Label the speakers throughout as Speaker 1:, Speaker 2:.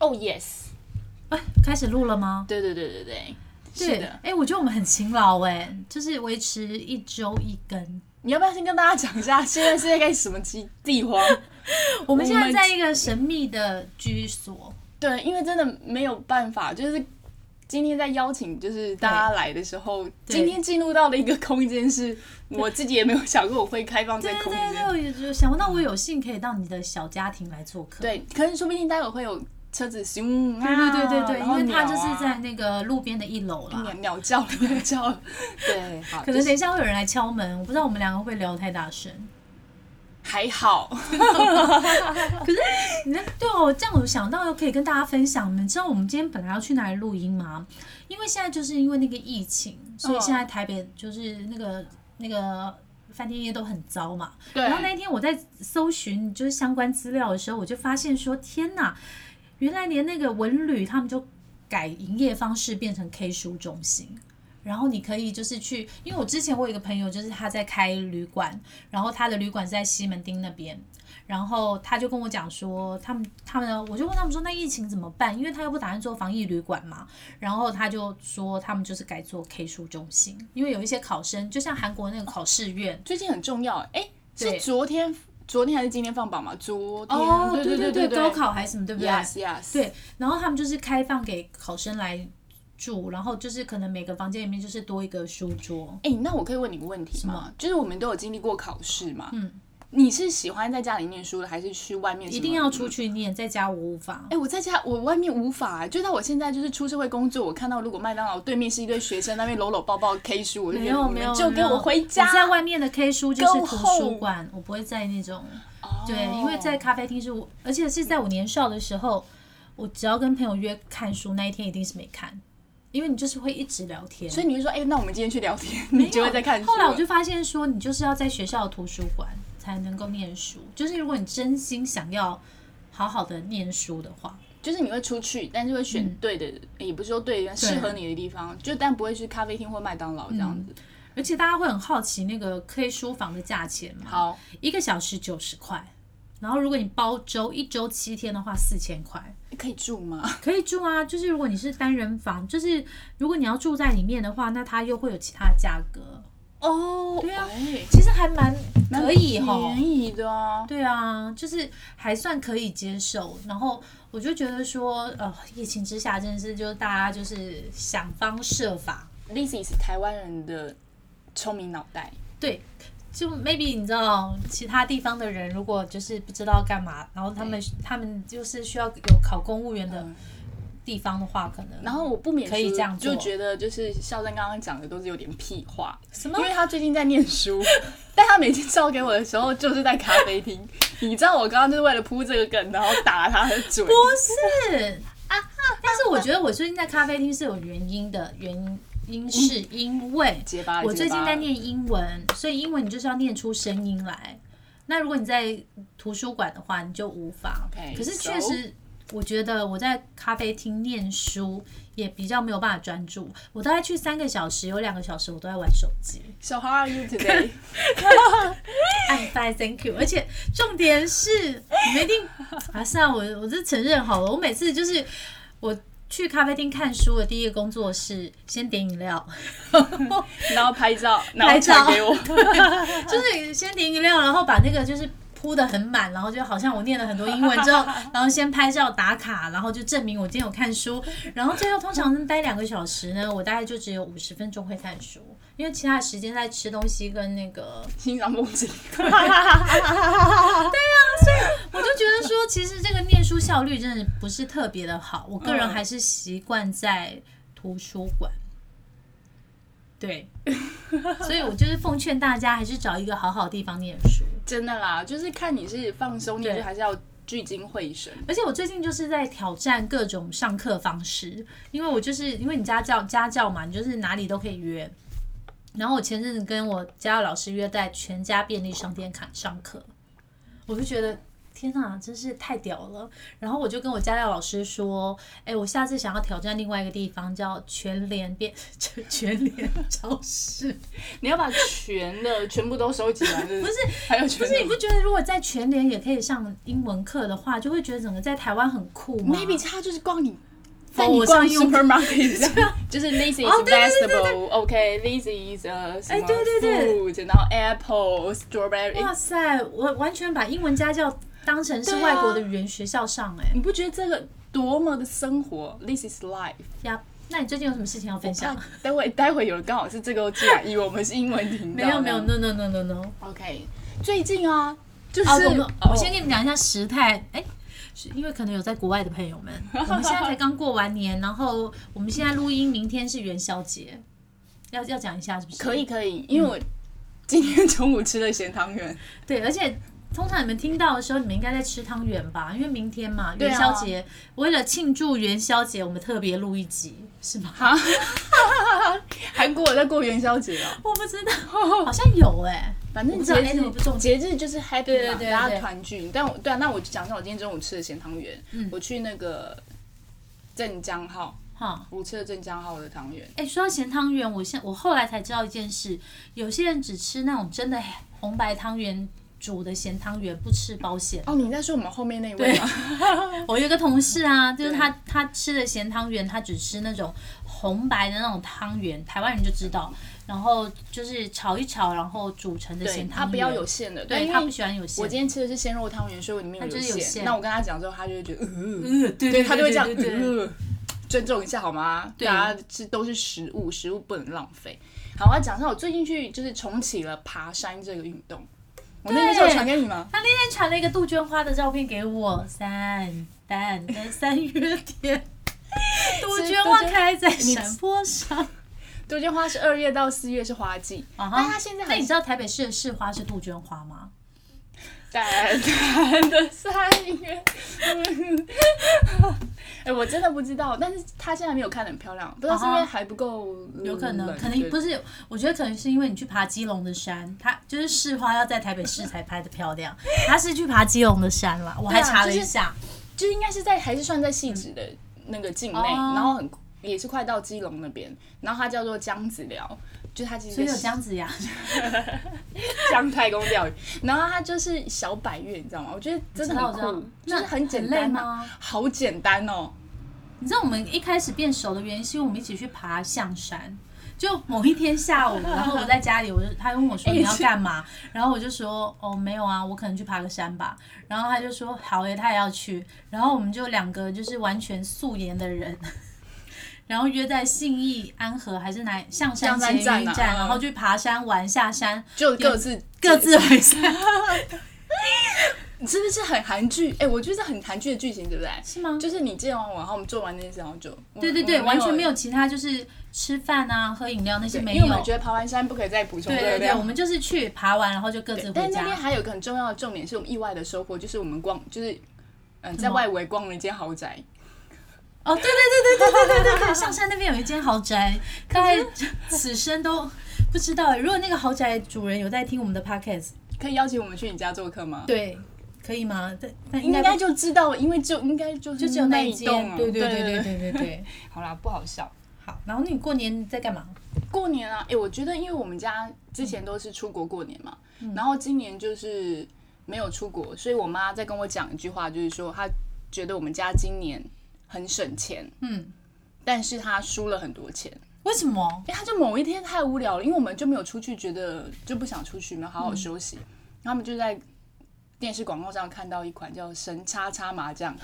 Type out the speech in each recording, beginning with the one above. Speaker 1: 哦、yes，
Speaker 2: 哎，开始录了吗？
Speaker 1: 对对对对对，是
Speaker 2: 对，
Speaker 1: 的。
Speaker 2: 哎，我觉得我们很勤劳哎，就是维持一周一更。
Speaker 1: 你要不要先跟大家讲一下，现在是在干什么地地方？
Speaker 2: 我们现在
Speaker 1: 们
Speaker 2: 在一个神秘的居所，
Speaker 1: 对，因为真的没有办法，就是今天在邀请就是大家来的时候，今天进入到了一个空间是，我自己也没有想过我会开放这个空
Speaker 2: 对对，
Speaker 1: 间。
Speaker 2: 我也觉得想不到我有幸可以到你的小家庭来做客。
Speaker 1: 对，可能说不定待会会有车子咻
Speaker 2: 对
Speaker 1: 啊，
Speaker 2: 对对对对，
Speaker 1: 然
Speaker 2: 因
Speaker 1: 后
Speaker 2: 为
Speaker 1: 鸟
Speaker 2: 它就
Speaker 1: 啊
Speaker 2: 是在那个路边的一楼啦
Speaker 1: 鸟。鸟叫了，鸟叫了。对，好，
Speaker 2: 可
Speaker 1: 就
Speaker 2: 能
Speaker 1: 是
Speaker 2: 等一下会有人来敲门，我不知道我们两个会不会聊得太大声。
Speaker 1: 还好。
Speaker 2: 你那对哦，这样我想到可以跟大家分享。你们知道我们今天本来要去哪里录音吗？因为现在就是因为那个疫情，所以
Speaker 1: 嗯
Speaker 2: 现在台北就是那个、那个饭店业都很糟嘛。
Speaker 1: 对，
Speaker 2: 然后那一天我在搜寻就是相关资料的时候，我就发现说，天哪，原来连那个文旅他们就改营业方式变成 K 书中心。然后你可以就是去，因为我之前我有一个朋友，就是他在开旅馆，然后他的旅馆是在西门町那边，然后他就跟我讲说，他们他们，我就问他们说，那疫情怎么办？因为他又不打算做防疫旅馆嘛，然后他就说他们就是改做 K 书中心，因为有一些考生，就像韩国那个考试院，
Speaker 1: 最近很重要，哎、
Speaker 2: 对
Speaker 1: 是昨天，昨天还是今天放榜嘛？昨天，
Speaker 2: 哦，
Speaker 1: 对
Speaker 2: 对
Speaker 1: 对
Speaker 2: 对，
Speaker 1: 对，
Speaker 2: 高考还是什么，对不对？
Speaker 1: ，yes yes，
Speaker 2: 对，然后他们就是开放给考生来住，然后就是可能每个房间里面就是多一个书桌。
Speaker 1: 哎、那我可以问你个问题吗
Speaker 2: 么？
Speaker 1: 就是我们都有经历过考试嘛，嗯，你是喜欢在家里念书的，还是去外面？
Speaker 2: 一定要。出去念，在家我无法。
Speaker 1: 哎、我在家，我外面无法、哎就到我现在就是出社会工作，我看到如果麦当劳对面是一堆学生那边搂搂抱抱 K 书，我就
Speaker 2: 没
Speaker 1: 觉得
Speaker 2: 有
Speaker 1: 你
Speaker 2: 没
Speaker 1: 们
Speaker 2: 有，
Speaker 1: 就
Speaker 2: 没
Speaker 1: 给
Speaker 2: 有
Speaker 1: 我回家
Speaker 2: 我。在外面的 K 书就是
Speaker 1: 跟
Speaker 2: 图
Speaker 1: 后
Speaker 2: 书馆，我不会在那种
Speaker 1: 哦
Speaker 2: 对，因为在咖啡厅是我，而且是在我年少的时候，我只要跟朋友约看书，那一天一定是没看，因为你就是会一直聊天。
Speaker 1: 所以你会说，哎、那我们今天去聊天，你就会在看书了。
Speaker 2: 后来我就发现说，你就是要在学校的图书馆才能够念书，就是如果你真心想要好好的念书的话，
Speaker 1: 就是你会出去，但是会选
Speaker 2: 嗯
Speaker 1: 对的，也不是说对的，适合你的地方，就但不会去咖啡厅或麦当劳这样子。
Speaker 2: 而且大家会很好奇那个 K 书房的价钱嘛，
Speaker 1: 好，
Speaker 2: 一个小时九十块，然后如果你包周一周七天的话，四千块。
Speaker 1: 可以住吗？
Speaker 2: 可以住啊，就是如果你是单人房，就是如果你要住在里面的话，那它又会有其他的价格，
Speaker 1: 哦， 对
Speaker 2: 啊其实还蛮可以哈。
Speaker 1: 便宜的啊。
Speaker 2: 对啊，就是还算可以接受。然后我就觉得说，呃，疫情之下真的是就是大家就是想方设法，
Speaker 1: This is 台湾人的聪明脑袋，
Speaker 2: 对，就 maybe 你知道其他地方的人如果就是不知道干嘛，然后他们他们就是需要有考公务员的
Speaker 1: 嗯
Speaker 2: 地方的话，可能
Speaker 1: 然后我不免
Speaker 2: 可以
Speaker 1: 说
Speaker 2: 这样做
Speaker 1: 就觉得就是校正刚刚讲的都是有点屁话，
Speaker 2: 什么
Speaker 1: 因为他最近在念书， 但他每天照给我的时候就是在咖啡厅。 你知道我刚刚就是为了铺这个梗，然后打他的嘴。
Speaker 2: 不是啊，但是我觉得我最近在咖啡厅是有原因的，原
Speaker 1: 嗯
Speaker 2: 因是因为
Speaker 1: 结巴了
Speaker 2: 我最
Speaker 1: 结巴
Speaker 2: 近
Speaker 1: 了
Speaker 2: 在念英文，所以英文你就是要念出声音来。那如果你在图书馆的话，你就无法。
Speaker 1: Okay,
Speaker 2: 可是确实，我觉得我在咖啡厅念书也比较没有办法专注。我大概去三个小时，有两个小时我都在玩手机。
Speaker 1: So how are you today？
Speaker 2: I'm fine, thank 哎 you。而且重点是，你们一定啊，是啊，我我是承认好了，我每次就是我去咖啡厅看书的第一个工作是先点饮料，
Speaker 1: 然后拍照，然后
Speaker 2: 拍照
Speaker 1: 传给我。
Speaker 2: 就是先点饮料，然后把那个就是。铺的很满，然后就好像我念了很多英文之后，然后先拍照打卡，然后就证明我今天有看书，然后最后通常待两个小时呢，我大概就只有五十分钟会看书，因为其他的时间在吃东西跟那个
Speaker 1: 欣赏风 景。
Speaker 2: 我就觉得说，其实这个念书效率真的不是特别的好。我个人
Speaker 1: 嗯
Speaker 2: 还是习惯在图书馆。对，所以我就是奉劝大家，还是找一个好好的地方念书。
Speaker 1: 真的啦，就是看你是放松念
Speaker 2: 对
Speaker 1: 书，还是要聚精会神。
Speaker 2: 而且我最近就是在挑战各种上课方式，因为我就是因为你家教家教嘛，你就是哪里都可以约。然后我前阵子跟我家教老师约在全家便利商店看上课，我就觉得天哪，真是太屌了！然后我就跟我家教老师说，哎，我下次想要挑战另外一个地方，叫全联变 全全联超市。
Speaker 1: 你要把全的全部都收集 完，不
Speaker 2: 不是，
Speaker 1: 还有全
Speaker 2: 可是
Speaker 1: 的
Speaker 2: 你不觉得如果在全联也可以上英文课的话，就会觉得整个在台湾很酷吗
Speaker 1: ，maybe 他就是逛你。
Speaker 2: 在
Speaker 1: 你
Speaker 2: 我
Speaker 1: 逛
Speaker 2: 上用
Speaker 1: 哦 supermarket，这 样就是 this is
Speaker 2: 哦对对对对对
Speaker 1: vegetable，OK，this is 呃什
Speaker 2: 哎
Speaker 1: 么
Speaker 2: 对对对
Speaker 1: fruit，然后 apple strawberry，
Speaker 2: 哇塞，我完全把英文家教当成是
Speaker 1: 对啊
Speaker 2: 外国的语言学校上哎、
Speaker 1: 你不觉得这个多么的生活？This is life。
Speaker 2: 呀，那你最近有什么事情要分享
Speaker 1: 那？待会待会有人刚好是这个既然以为我们是英文频道，
Speaker 2: 没有没有
Speaker 1: 这样
Speaker 2: ，no no no no no。
Speaker 1: OK，最近啊，就是、
Speaker 2: 啊，我们我
Speaker 1: 哦
Speaker 2: 先跟你们讲一下时态，哎、是因为可能有在国外的朋友们，我们现在才刚过完年，然后我们现在录音，明天是元宵节，要要讲一下是不是？
Speaker 1: 可以。可以，因
Speaker 2: 嗯
Speaker 1: 为我今天中午吃了咸汤圆，
Speaker 2: 对，而且通常你们听到的时候，你们应该在吃汤圆吧？因为明天嘛，
Speaker 1: 对啊
Speaker 2: 元宵节，为了庆祝元宵节，我们特别录一集，是吗？
Speaker 1: 哈，韩国有在过元宵节哦，
Speaker 2: 我不知道，好像有哎、
Speaker 1: 反正
Speaker 2: 我不
Speaker 1: 节
Speaker 2: 知道哎怎么不
Speaker 1: 日
Speaker 2: 重
Speaker 1: 节日就是 happy
Speaker 2: 对对
Speaker 1: 嘛
Speaker 2: 对
Speaker 1: 大
Speaker 2: 对
Speaker 1: 家团聚。但我对啊，那我就讲一下我今天中午吃的咸汤圆，
Speaker 2: 嗯
Speaker 1: 我去那个镇江号，
Speaker 2: 哈。
Speaker 1: 我吃了镇江号的汤圆。
Speaker 2: 哎、说到咸汤圆，我现我后来才知道一件事，有些人只吃那种真的红白汤圆煮的咸汤圆，不吃包馅。
Speaker 1: 哦，你在说我们后面那位吗？
Speaker 2: 我有一个同事啊，就是
Speaker 1: 对
Speaker 2: 他他吃的咸汤圆，他只吃那种红白的那种汤圆，台湾人就知道，然后就是炒一炒，然后煮成的
Speaker 1: 对，
Speaker 2: 咸汤圆。哎
Speaker 1: 他不要有，馅的，但
Speaker 2: 对
Speaker 1: 因
Speaker 2: 他不
Speaker 1: 为
Speaker 2: 喜欢有馅。
Speaker 1: 我今天吃的是鲜肉汤圆，所以我里面
Speaker 2: 那就是有
Speaker 1: 有
Speaker 2: 馅
Speaker 1: 馅。那我跟他讲之后，他就会觉得，呃
Speaker 2: 呃，对
Speaker 1: 对他就会这样
Speaker 2: 对对对对
Speaker 1: 呃尊重一下好吗？
Speaker 2: 对
Speaker 1: 大家吃都是食物，食物不能浪费。好，我要讲一下，我最近去就是重启了爬山这个运动。我那
Speaker 2: 对
Speaker 1: 天是有传给你吗？
Speaker 2: 他那天传了一个杜鹃花的照片给我，三蛋的三月天， 杜
Speaker 1: 是
Speaker 2: 鹃
Speaker 1: 杜
Speaker 2: 花
Speaker 1: 鹃
Speaker 2: 开在
Speaker 1: 你
Speaker 2: 山坡上。
Speaker 1: 杜鹃花是二月到四月是花季，
Speaker 2: 啊
Speaker 1: 但它现在
Speaker 2: 那你
Speaker 1: 很
Speaker 2: 知道台北市的市花是杜鹃花吗？
Speaker 1: 淡淡的三月。 哎，我真的不知道，但是它现在没有看得很漂亮，不知道是因为
Speaker 2: 啊哈
Speaker 1: 还不够冷，
Speaker 2: 有可能，可
Speaker 1: 嗯对
Speaker 2: 能不是，我觉得可能是因为你去爬基隆的山，它就是市花要在台北市才拍的漂亮，它是去爬基隆的山啦，我还查了一下，
Speaker 1: 就应该是在还是算在细致的那个境内，
Speaker 2: 哦
Speaker 1: 然后很也是快到基隆那边，然后它叫做江子寮，就它其实
Speaker 2: 所以有姜子牙，
Speaker 1: 江太公钓鱼，然后它就是小百越，你知道吗？我觉得真的
Speaker 2: 我
Speaker 1: 很
Speaker 2: 知道我
Speaker 1: 酷就
Speaker 2: 知道，
Speaker 1: 是
Speaker 2: 那
Speaker 1: 很简
Speaker 2: 很累
Speaker 1: 单
Speaker 2: 吗
Speaker 1: 啊，好简单哦。
Speaker 2: 你知道我们一开始变熟的原因是因为我们一起去爬象山。就某一天下午，然后我在家里，我就他问我
Speaker 1: 哎
Speaker 2: 说你要干嘛，然后我就说哦没有啊，我可能去爬个山吧。然后他就说好耶，他也要去。然后我们就两个就是完全素颜的人， 然后约在信义安和还是哪象山
Speaker 1: 象
Speaker 2: 捷
Speaker 1: 山
Speaker 2: 运
Speaker 1: 站
Speaker 2: 站，
Speaker 1: 啊嗯
Speaker 2: 然后去爬山玩下山，
Speaker 1: 就各自
Speaker 2: 各，自回山
Speaker 1: 你 是不是很韩剧？哎、我觉得这很韩剧的剧情，对不对？
Speaker 2: 是吗？
Speaker 1: 就是你见完我，然后我们做完那件事，然后就嗯
Speaker 2: 对对对，完全没
Speaker 1: 有，
Speaker 2: 有其他就是吃饭啊、喝饮料那些
Speaker 1: 对
Speaker 2: 没
Speaker 1: 因
Speaker 2: 有
Speaker 1: 为我。们觉得爬完山不可以再补充
Speaker 2: 对
Speaker 1: 热
Speaker 2: 对
Speaker 1: 量，
Speaker 2: 对，我们就是去爬完，然后就各自
Speaker 1: 但
Speaker 2: 回
Speaker 1: 那
Speaker 2: 家
Speaker 1: 天。还有一个很重要的重点，是我们意外的收获，就是我们逛，就是嗯、呃
Speaker 2: 什
Speaker 1: 在
Speaker 2: 么
Speaker 1: 外围逛了一间豪宅，
Speaker 2: 哦，对对对对对对对对，上山那边有一间 豪宅，大
Speaker 1: 嗯
Speaker 2: 概此生都不知道哎。如果那个豪宅主人有在听我们的 podcast，
Speaker 1: 可以邀请我们去你家做客吗？，
Speaker 2: 对，可以吗？但但
Speaker 1: 应
Speaker 2: 应
Speaker 1: 该
Speaker 2: 该
Speaker 1: 就知道了，因为就应该就是
Speaker 2: 就只有那一
Speaker 1: 栋
Speaker 2: 间
Speaker 1: 啊，
Speaker 2: 对对
Speaker 1: 对
Speaker 2: 对对对对对。
Speaker 1: 好啦，不好笑。
Speaker 2: 好，然后你过年在干嘛？
Speaker 1: 过年啊，哎、我觉得因为我们家之前都是出国过年嘛，
Speaker 2: 嗯
Speaker 1: 然后今年就是没有出国，所以我妈在跟我讲一句话，就是说她觉得我们家今年很省钱，
Speaker 2: 嗯，
Speaker 1: 但是她输了很多钱。
Speaker 2: 为什么？
Speaker 1: 哎、他就某一天太无聊了，因为我们就没有出去，觉得就不想出去，没有好好
Speaker 2: 嗯
Speaker 1: 休息。然后他们就在电视广告上看到一款叫“神叉叉麻将”，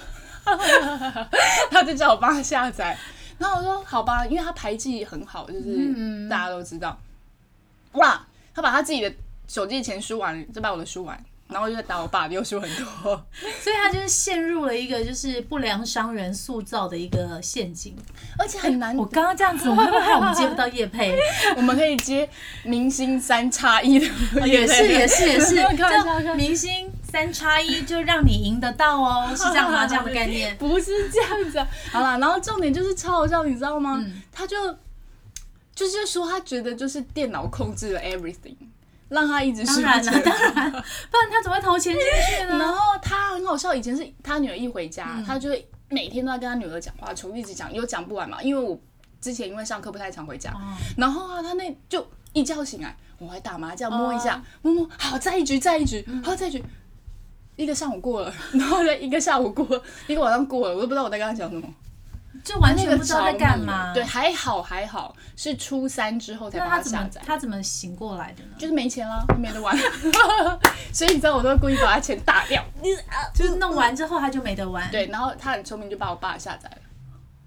Speaker 1: 他就叫我帮他下载。然后我说好吧，因为他牌技很好，
Speaker 2: 嗯
Speaker 1: 就是大家都知道。哇，他把他自己的手机的钱输完，再把我的输完，然后就在打我爸，又输很多。
Speaker 2: 所以他就是陷入了一个就是不良商人塑造的一个陷阱。
Speaker 1: 而且很难
Speaker 2: 我刚刚这样子，我会不会害我们接不到叶配？
Speaker 1: 我们可以接明星三叉一的，
Speaker 2: 哦也是也是 也是，
Speaker 1: 开玩笑开玩笑
Speaker 2: 就明星三差一就让你赢得到哦，是这样吗？这样的概念。
Speaker 1: 不是这样子、啊。 嗯好啦，然后重点就是超好笑，你知道吗？他就就是说他觉得就是电脑控制了 everything，让他一直
Speaker 2: 当
Speaker 1: 是
Speaker 2: 然了，当然，不然他怎么会投钱进去
Speaker 1: 然
Speaker 2: 呢？
Speaker 1: 后他很好笑，以前是他女儿一回家，他就会每天都在跟他女儿讲话，从一直讲，又讲不完嘛。因为我之前因为上课不太常回家，
Speaker 2: 哦
Speaker 1: 然后啊，他那就一觉醒来，我还打麻将摸一下，摸摸，好，再一局，再一局，好，再一局。一个上午过了，然后再一个下午过了，一个晚上过了，我都不知道我在跟他讲什么，
Speaker 2: 就完
Speaker 1: 那
Speaker 2: 全
Speaker 1: 个
Speaker 2: 不知道在
Speaker 1: 着
Speaker 2: 干
Speaker 1: 迷
Speaker 2: 嘛。
Speaker 1: 了对，，还好还好，是初三之后才
Speaker 2: 那
Speaker 1: 把
Speaker 2: 他
Speaker 1: 它
Speaker 2: 怎
Speaker 1: 下
Speaker 2: 么
Speaker 1: 载，
Speaker 2: 他怎么醒过来的呢？
Speaker 1: 就是没钱啦，没得 玩，所以你知道我都会故意把他钱打掉。
Speaker 2: 就是弄完之后他就没得玩。
Speaker 1: 对，然后他很聪明，就把我爸下载了，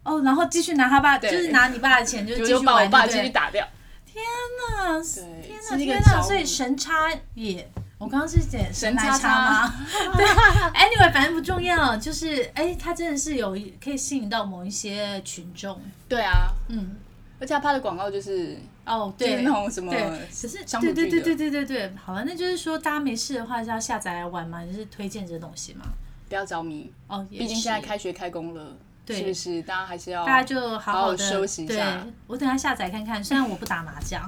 Speaker 2: 哦，然后继续拿他爸，就
Speaker 1: 对
Speaker 2: 是拿你爸的钱，就
Speaker 1: 就
Speaker 2: 继
Speaker 1: 就
Speaker 2: 续
Speaker 1: 把我
Speaker 2: 玩，
Speaker 1: 爸
Speaker 2: 对
Speaker 1: 继
Speaker 2: 不
Speaker 1: 续
Speaker 2: 对？
Speaker 1: 打掉。
Speaker 2: 啊
Speaker 1: 对
Speaker 2: 天
Speaker 1: 是
Speaker 2: 哪，
Speaker 1: 一个
Speaker 2: 天哪！
Speaker 1: 招
Speaker 2: 所以
Speaker 1: 募
Speaker 2: 神叉也，我刚刚是讲神
Speaker 1: 叉
Speaker 2: 来叉吗？对，anyway，反正不重要，就是哎，他真的是有可以吸引到某一些群众，
Speaker 1: 对啊，
Speaker 2: 嗯，
Speaker 1: 而且他拍的广告就是
Speaker 2: 哦，
Speaker 1: 就是
Speaker 2: 对，
Speaker 1: 那种什么
Speaker 2: 对，只是
Speaker 1: 商
Speaker 2: 对
Speaker 1: 品
Speaker 2: 对
Speaker 1: 剧
Speaker 2: 对
Speaker 1: 的
Speaker 2: 对对对对，好了，那就是说大家没事的话是要下载来玩嘛，就是推荐这东西嘛，
Speaker 1: 不要着迷，
Speaker 2: 哦，也
Speaker 1: 毕竟现在
Speaker 2: 是
Speaker 1: 开学开工了，
Speaker 2: 对
Speaker 1: 是不是？大家还是要
Speaker 2: 大家就好
Speaker 1: 好好
Speaker 2: 的
Speaker 1: 休息一下
Speaker 2: 对，我等下下载看看，虽然我不打麻将，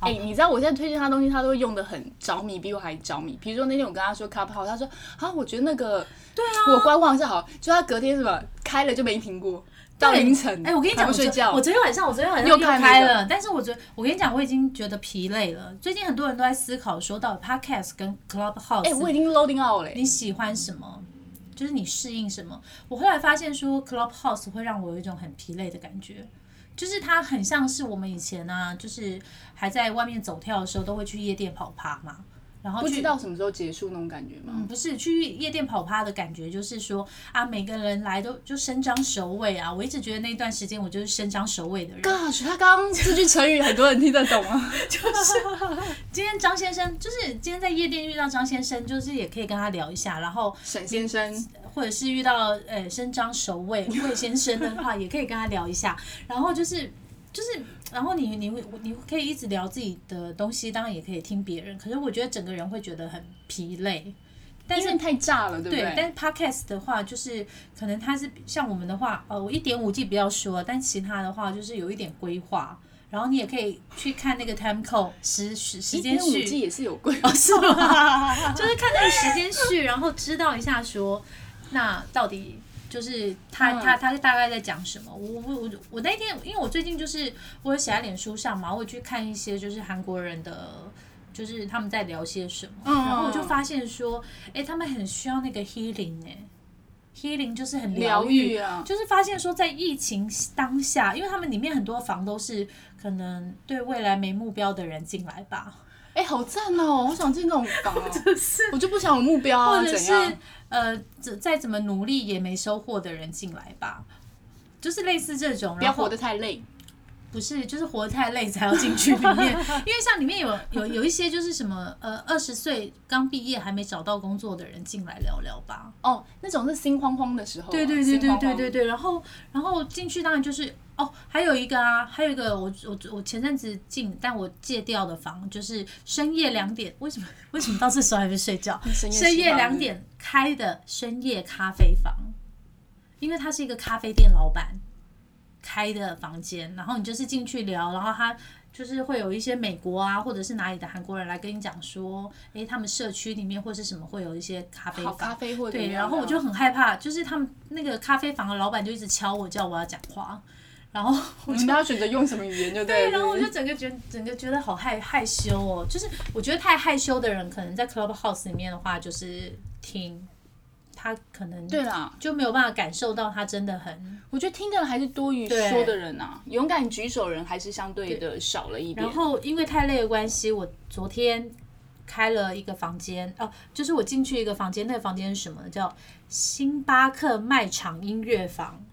Speaker 1: 哎、你知道我现在推荐他东西，他都会用的很着迷，比我还着迷。比如说那天我跟他说 Clubhouse，他说啊，我觉得那个
Speaker 2: 对啊，
Speaker 1: 我观望一下好，就他隔天什么开了就没停过，到
Speaker 2: 对
Speaker 1: 凌晨。
Speaker 2: 哎、我跟你
Speaker 1: 还
Speaker 2: 讲，
Speaker 1: 不
Speaker 2: 我
Speaker 1: 睡觉，
Speaker 2: 昨我昨天晚上，我昨天晚上
Speaker 1: 又
Speaker 2: 又
Speaker 1: 看那
Speaker 2: 开
Speaker 1: 个
Speaker 2: 了，但是我昨我跟你讲，我已经觉得疲累了。最近很多人都在思考，说到底 podcast 跟 clubhouse，、
Speaker 1: 哎、我已经 loading out 欸嘞、
Speaker 2: 你喜欢什么？就是你适应什么？我后来发现说，clubhouse 会让我有一种很疲累的感觉。就是它很像是我们以前啊，就是还在外面走跳的时候，都会去夜店跑趴嘛，然后
Speaker 1: 不
Speaker 2: 去
Speaker 1: 知道什么时候结束那种感觉吗？
Speaker 2: 嗯，不是去夜店跑趴的感觉，就是说啊，每个人来都就伸张手尾啊。我一直觉得那段时间我就是伸张手尾的人。
Speaker 1: Gosh，他刚刚这句成语很多人听得懂啊，
Speaker 2: 今天张先生就是今天在夜店遇到张先生，就是也可以跟他聊一下，然后
Speaker 1: 沈先生，
Speaker 2: 或者是遇到呃伸张手 尾魏先生的话，也可以跟他聊一下。然后就是就是，然后你你会你可以一直聊自己的东西，当然也可以听别人，可是我觉得整个人会觉得很疲累。但
Speaker 1: 因
Speaker 2: 是
Speaker 1: 为太炸了，对不
Speaker 2: 对，但是 podcast 的话，就是可能它是像我们的话，呃，我一点五 G 不要说，但其他的话就是有一点规划，然后你也可以去看那个 time code 时时时间
Speaker 1: 五
Speaker 2: 序
Speaker 1: G，也是有贵，
Speaker 2: 哦，是吗？就是看那个时间序，然后知道一下说，那到底。就是他
Speaker 1: 嗯
Speaker 2: 他他大概在讲什么？我我我我那天，因为我最近就是我有写在脸书上嘛，我有去看一些就是韩国人的，就是他们在聊些什么，
Speaker 1: 嗯
Speaker 2: 然后我就发现说，哎、他们很需要那个 healing 哎、h e a l i n g 就是很疗愈，
Speaker 1: 啊，
Speaker 2: 就是发现说，在疫情当下，因为他们里面很多房都是可能对未来没目标的人进来吧，
Speaker 1: 哎、好赞哦！我想进那种 房、哦，我就不想有目标啊，
Speaker 2: 或者
Speaker 1: 怎
Speaker 2: 是
Speaker 1: 样？
Speaker 2: 呃，怎再怎么努力也没收获的人进来吧，就是类似这种，
Speaker 1: 不要
Speaker 2: 然
Speaker 1: 活
Speaker 2: 后
Speaker 1: 得太累。
Speaker 2: 不是就是活得太累才要进去里面， 因为像里面有有有一些就是什么呃二十岁刚毕业还没找到工作的人进来聊聊吧，
Speaker 1: 哦，那种是心慌慌的时候啊、
Speaker 2: 对对对
Speaker 1: 心
Speaker 2: 对
Speaker 1: 慌
Speaker 2: 对
Speaker 1: 慌
Speaker 2: 对对，然后然后进去当然就是哦，还有一个啊，还有一个我我我前阵子进，但我戒掉的房就是深夜两点，为什么为什么到这时候还没睡觉？
Speaker 1: 深夜
Speaker 2: 深
Speaker 1: 食
Speaker 2: 夜
Speaker 1: 堂
Speaker 2: 两点开的深夜咖啡房，因为他是一个咖啡店老板开的房间，然后你就是进去聊，然后他。就是会有一些美国啊，或者是哪里的韩国人来跟你讲说，诶，他们社区里面或是什么会有一些咖啡
Speaker 1: 好
Speaker 2: 房，
Speaker 1: 咖啡或者
Speaker 2: 对，
Speaker 1: 怎样
Speaker 2: 然后我
Speaker 1: 的
Speaker 2: 就很害怕，就是他们那个咖啡房的老板就一直敲我，叫我要讲话，然后
Speaker 1: 你们要选择用什么语言就
Speaker 2: 对，
Speaker 1: 了。
Speaker 2: 然后我
Speaker 1: 是不
Speaker 2: 就整个觉整个觉得好害害羞哦，就是我觉得太害羞的人，可能在 Clubhouse 里面的话，就是听他可能
Speaker 1: 是对啦，
Speaker 2: 就没有办法感受到他真的很，
Speaker 1: 嗯我觉得听的人还是多于
Speaker 2: 对
Speaker 1: 说的人啊，勇敢举手人还是相对的少了一点
Speaker 2: 然。后因为太累的关系，我昨天。开了一个房间哦，就是我进去一个房间，那个房间是什么呢？叫星巴克卖场音乐房。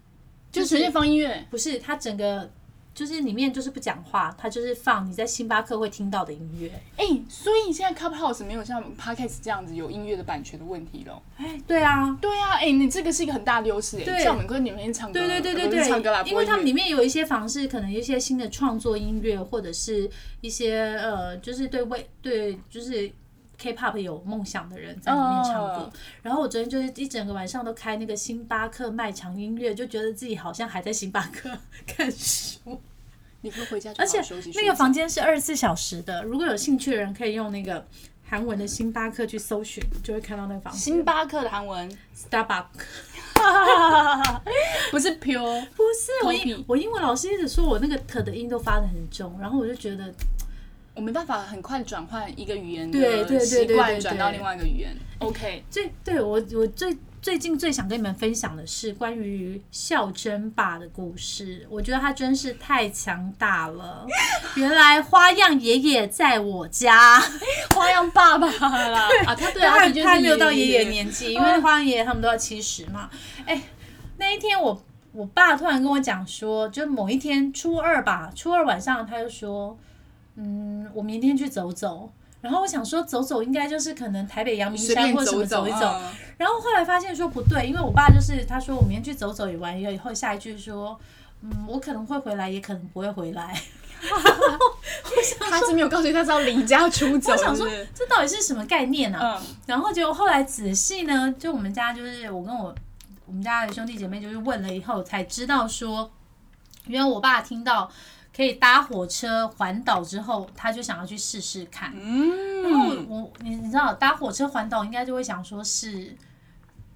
Speaker 1: 就随便放音乐，
Speaker 2: 不是，它整个就是里面就是不讲话，它就是放你在星巴克会听到的音乐。
Speaker 1: 哎、所以现在 Clubhouse 没有像 Podcast 这样子有音乐的版权的问题咯。
Speaker 2: 哎，对啊，
Speaker 1: 对啊，哎、你这个是一个很大的优势哎，
Speaker 2: 对
Speaker 1: 像我们跟你们唱歌，
Speaker 2: 对对对对
Speaker 1: 呃不是唱歌啦，
Speaker 2: 对，因为他们
Speaker 1: 播音
Speaker 2: 里面有一些房是可能有一些新的创作音乐，或者是一些呃，就是对未对就是。K-pop 有梦想的人在里面唱歌
Speaker 1: 哦
Speaker 2: 然后我昨天就是一整个晚上都开那个 星巴克卖场音乐，就觉得自己好像还在星巴克看书。
Speaker 1: 乐你可以回家就
Speaker 2: 而
Speaker 1: 好
Speaker 2: 且
Speaker 1: 好休息。
Speaker 2: 那个房间是二十四小时的，如果有兴趣的人可以用那个韩文的星巴克去搜寻，就会看到那个房间。
Speaker 1: 星巴克的韩文
Speaker 2: Starbucks
Speaker 1: 不是 pure，
Speaker 2: 不是我英
Speaker 1: 屁
Speaker 2: 我英文老师一直说我那个 t 的音都发的很重，然后我就觉得
Speaker 1: 我没办法很快转换一个语言
Speaker 2: 对对对
Speaker 1: 的习
Speaker 2: 对对
Speaker 1: 惯
Speaker 2: 对
Speaker 1: 转到另外一个语言。OK，
Speaker 2: 最对我我最最近最想跟你们分享的是关于孝真爸的故事，我觉得他真是太强大了。原来花样爷爷在我家，
Speaker 1: 花样爸爸啦啊，他对啊，
Speaker 2: 他
Speaker 1: 的确是
Speaker 2: 他没有到爷爷
Speaker 1: 爷。嗯
Speaker 2: 年纪，因为花样爷爷他们都要七十嘛。哎、那一天我我爸突然跟我讲说，就某一天初二吧，初二晚上他就说，嗯，我明天去走走。然后我想说，走走应该就是可能台北阳明
Speaker 1: 随
Speaker 2: 山
Speaker 1: 便
Speaker 2: 或者什么
Speaker 1: 走
Speaker 2: 走一走，
Speaker 1: 嗯
Speaker 2: 然后后来发现说不对，因为我爸就是他说我明天去走走也玩一个，以后下一句说，嗯，我可能会回来，也可能不会回来。
Speaker 1: 他是没有告诉你他是要离家出走，
Speaker 2: 我想
Speaker 1: 是
Speaker 2: 说
Speaker 1: 不是
Speaker 2: 这到底是什么概念啊？
Speaker 1: 嗯，
Speaker 2: 然后结果后来仔细呢，就我们家就是我跟我我们家的兄弟姐妹就是问了以后才知道说，原来我爸听到可以搭火车环岛之后，他就想要去试试看。嗯，然后我我你你知道搭火车环岛应该就会想说是。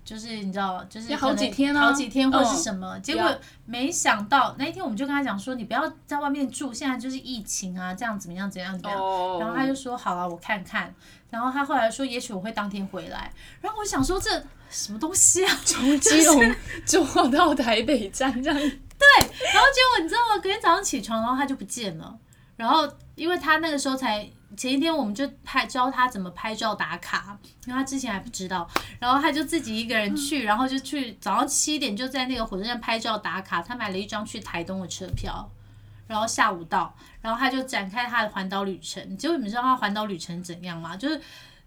Speaker 2: 就是你知道，就是
Speaker 1: 要
Speaker 2: 可能
Speaker 1: 好几天啊
Speaker 2: 好几天或者是什么，结果
Speaker 1: 要
Speaker 2: 没想到那一天我们就跟他讲说，你不要在外面住，现在就是疫情啊，这样怎么样怎么样怎么样。
Speaker 1: 哦，
Speaker 2: 然后他就说好啊了，我看看。然后他后来说，也许我会当天回来。然后我想说，这什么东西啊？
Speaker 1: 从基隆坐到台北站这样，
Speaker 2: 然后结果你知道吗？隔天早上起床，然后他就不见了。然后因为他那个时候才前一天，我们就拍教他怎么拍照打卡，因为他之前还不知道。然后他就自己一个人去，然后就去早上七点就在那个火车站拍照打卡。他买了一张去台东的车票。然后下午到，然后他就展开他的环岛旅程。结果你们知道他环岛旅程怎样吗？就是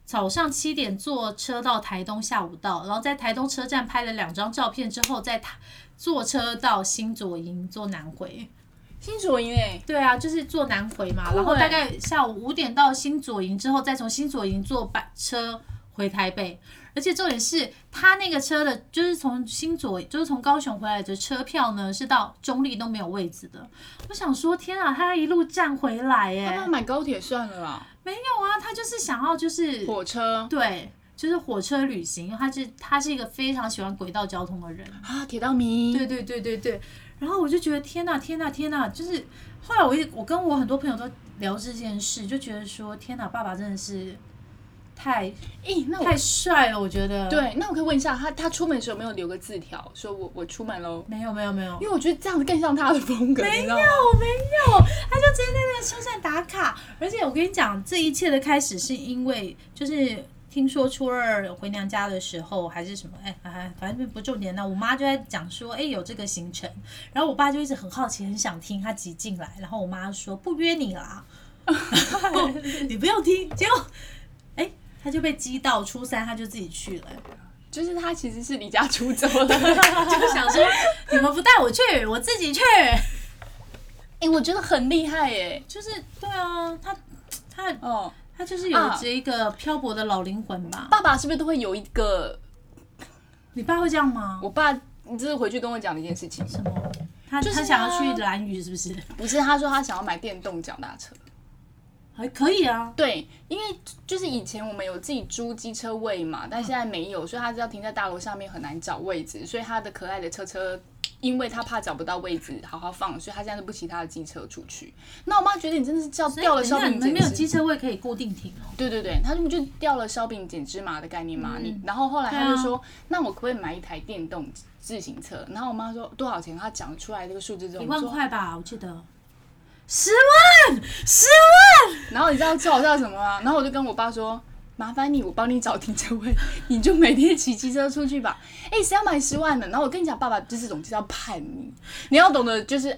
Speaker 2: 早上七点坐车到台东，下午到，然后在台东车站拍了两张照片之后，在台坐车到新左营坐南回。
Speaker 1: 新左营哎，
Speaker 2: 对啊，就是坐南回嘛，
Speaker 1: 酷欸
Speaker 2: 然后大概下午五点到新左营之后，再从新左营坐班车回台北。而且重点是，他那个车的，就是从新左，就是从高雄回来的车票呢，是到中立都没有位置的。我想说，天啊，他一路站回来耶
Speaker 1: 他，妈买高铁算了啦，
Speaker 2: 没有啊，他就是想要就是
Speaker 1: 火车
Speaker 2: 对，就是火车旅行，因为他是他是一个非常喜欢轨道交通的人。
Speaker 1: 啊，铁道迷，
Speaker 2: 对对对对对。然后我就觉得天呐天呐天呐，就是后来我一我跟我很多朋友都聊这件事，就觉得说天呐，爸爸真的是太
Speaker 1: 咦，那我
Speaker 2: 太帅了，我觉得。。
Speaker 1: 对，那我可以问一下他，他出门的时候有没有留个字条，说我我出门喽？
Speaker 2: 没有没有没有，
Speaker 1: 因为我觉得这样子更像他的风格，你知道吗？
Speaker 2: 我没有，他就直接在那个车站打卡。而且我跟你讲，这一切的开始是因为就是。听说初二回娘家的时候还是什么，哎，哎，反正不重点那我妈就在讲说，哎，有这个行程，然后我爸就一直很好奇，很想听，他挤进来，然后我妈说不约你啦，你不要听。结果，哎，他就被激到，初三他就自己去了、
Speaker 1: 就是他其实是离家出走 了。
Speaker 2: 就想说你们不带我去，我自己去。
Speaker 1: 哎、我觉得很厉害哎、
Speaker 2: 就是对啊，他他
Speaker 1: 哦，
Speaker 2: 他就是有着一个漂泊的老灵魂吧？
Speaker 1: 爸爸是不是都会有一个？
Speaker 2: 你爸会这样吗？
Speaker 1: 我爸你这是回去跟我讲的一件事情，
Speaker 2: 什么？他、
Speaker 1: 就是
Speaker 2: 他
Speaker 1: 啊
Speaker 2: 想要去蓝屿是不是？
Speaker 1: 不是他说他想要买电动脚踏车。
Speaker 2: 还可以啊，
Speaker 1: 对，因为就是以前我们有自己租机车位嘛，但现在没有，所以他只要停在大楼上面很难找位置，所以他的可爱的车车，因为他怕找不到位置好好放，所以他现在都不骑他的机车出去。那我妈觉得你真的是叫掉了
Speaker 2: 等一
Speaker 1: 烧
Speaker 2: 下你
Speaker 1: 饼
Speaker 2: 们
Speaker 1: 简
Speaker 2: 没有
Speaker 1: 直，
Speaker 2: 机车位可以固定停哦。
Speaker 1: 对对对，他们就掉了烧饼捡芝麻的概念嘛。你然后后来他就说，那我可不可以买一台电动自行车？然后我妈说多少钱？她讲出来这个数字之后，
Speaker 2: 一
Speaker 1: 我
Speaker 2: 万
Speaker 1: 说，
Speaker 2: 块吧，我记得。十万，十万！
Speaker 1: 然后你知道最好笑什么吗？然后我就跟我爸说。麻烦你，我帮你找停车位， 你就每天骑机车出去吧。哎、谁要买十万的？然后我跟你讲，爸爸就是这种就是要叛逆，你要懂得就是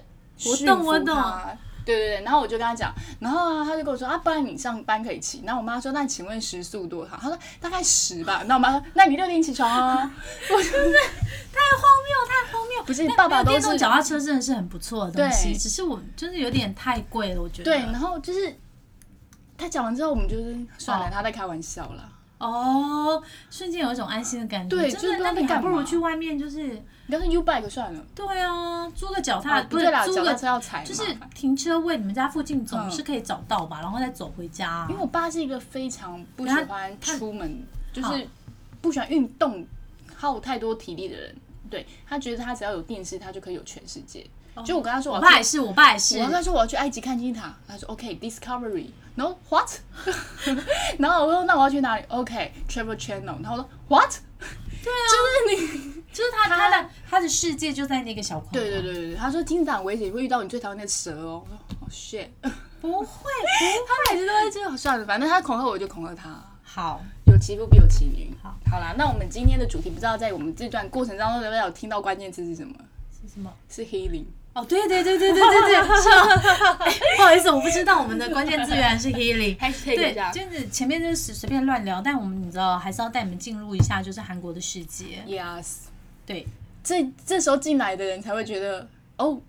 Speaker 2: 我
Speaker 1: 驯
Speaker 2: 懂
Speaker 1: 服
Speaker 2: 我懂
Speaker 1: 他对对对，然后我就跟他讲，然后啊，他就跟我说啊，不然你上班可以骑。然后我妈说，那请问时速多少？他说大概十吧。那我妈说，那你六点起床哦。
Speaker 2: 太荒谬，太荒谬！
Speaker 1: 不是
Speaker 2: 那
Speaker 1: 爸爸
Speaker 2: 那
Speaker 1: 都是
Speaker 2: 电动脚踏车真的是很不错的东西，
Speaker 1: 对
Speaker 2: 只是我就是有点太贵了，我觉得。
Speaker 1: 对，然后就是他讲完之后，我们就是算了，
Speaker 2: 哦
Speaker 1: 他在开玩笑啦。
Speaker 2: 哦，瞬间有一种安心的感觉。
Speaker 1: 对
Speaker 2: 真
Speaker 1: 就是不
Speaker 2: 的，
Speaker 1: 知
Speaker 2: 那
Speaker 1: 道在
Speaker 2: 你还
Speaker 1: 干
Speaker 2: 不
Speaker 1: 嘛
Speaker 2: 如去外面，就是
Speaker 1: 要是 U bike 算了，
Speaker 2: 对啊，租个脚踏、
Speaker 1: 啊，
Speaker 2: 不
Speaker 1: 不
Speaker 2: 是
Speaker 1: 对啦，
Speaker 2: 租
Speaker 1: 脚踏
Speaker 2: 个
Speaker 1: 车要踩嘛，
Speaker 2: 就是停车位，你们家附近总是可以找到吧？然后再走回家、啊
Speaker 1: 嗯因为。我爸是一个非常不喜
Speaker 2: 然后
Speaker 1: 欢
Speaker 2: 他
Speaker 1: 出门，就
Speaker 2: 好
Speaker 1: 是不喜欢运动、耗太多体力的人。对他觉得他只要有电视，他就可以有全世界。就我跟他说我
Speaker 2: 哦我
Speaker 1: 要
Speaker 2: 爸也
Speaker 1: 去，
Speaker 2: 是，我爸也是
Speaker 1: 我，跟他说我要去埃及看金字塔，他说 OK Discovery，然后 What，然后我说那我要去哪里？OK Travel Channel，然后我说 What，
Speaker 2: 哦就是他他的他的世界就在那个小框。
Speaker 1: 对对，对对对，他说金字塔很危险，会遇到你最讨厌的蛇哦。我说哦 shit，
Speaker 2: 不会。
Speaker 1: 他每次都会这样， 算了，反正他恐吓我就恐吓他。
Speaker 2: 好，
Speaker 1: 有其父必有其女。
Speaker 2: 好，
Speaker 1: 好啦，那我们今天的主题，不知道在我们这段过程当中有没有听到关键字是什么？
Speaker 2: 是什么？
Speaker 1: 是 healing。
Speaker 2: 哦，对对对对对对对，是吗？ 哎，不好意思，我不知道我们的关键字原来是 healing。
Speaker 1: hashtag
Speaker 2: 对
Speaker 1: 一下，
Speaker 2: 就是前面就是随随便乱聊，但我们你知道还是要带你们进入一下，就是韩国的世界。
Speaker 1: ，yes。
Speaker 2: 对，
Speaker 1: 这这时候进来的人才会觉得，哦，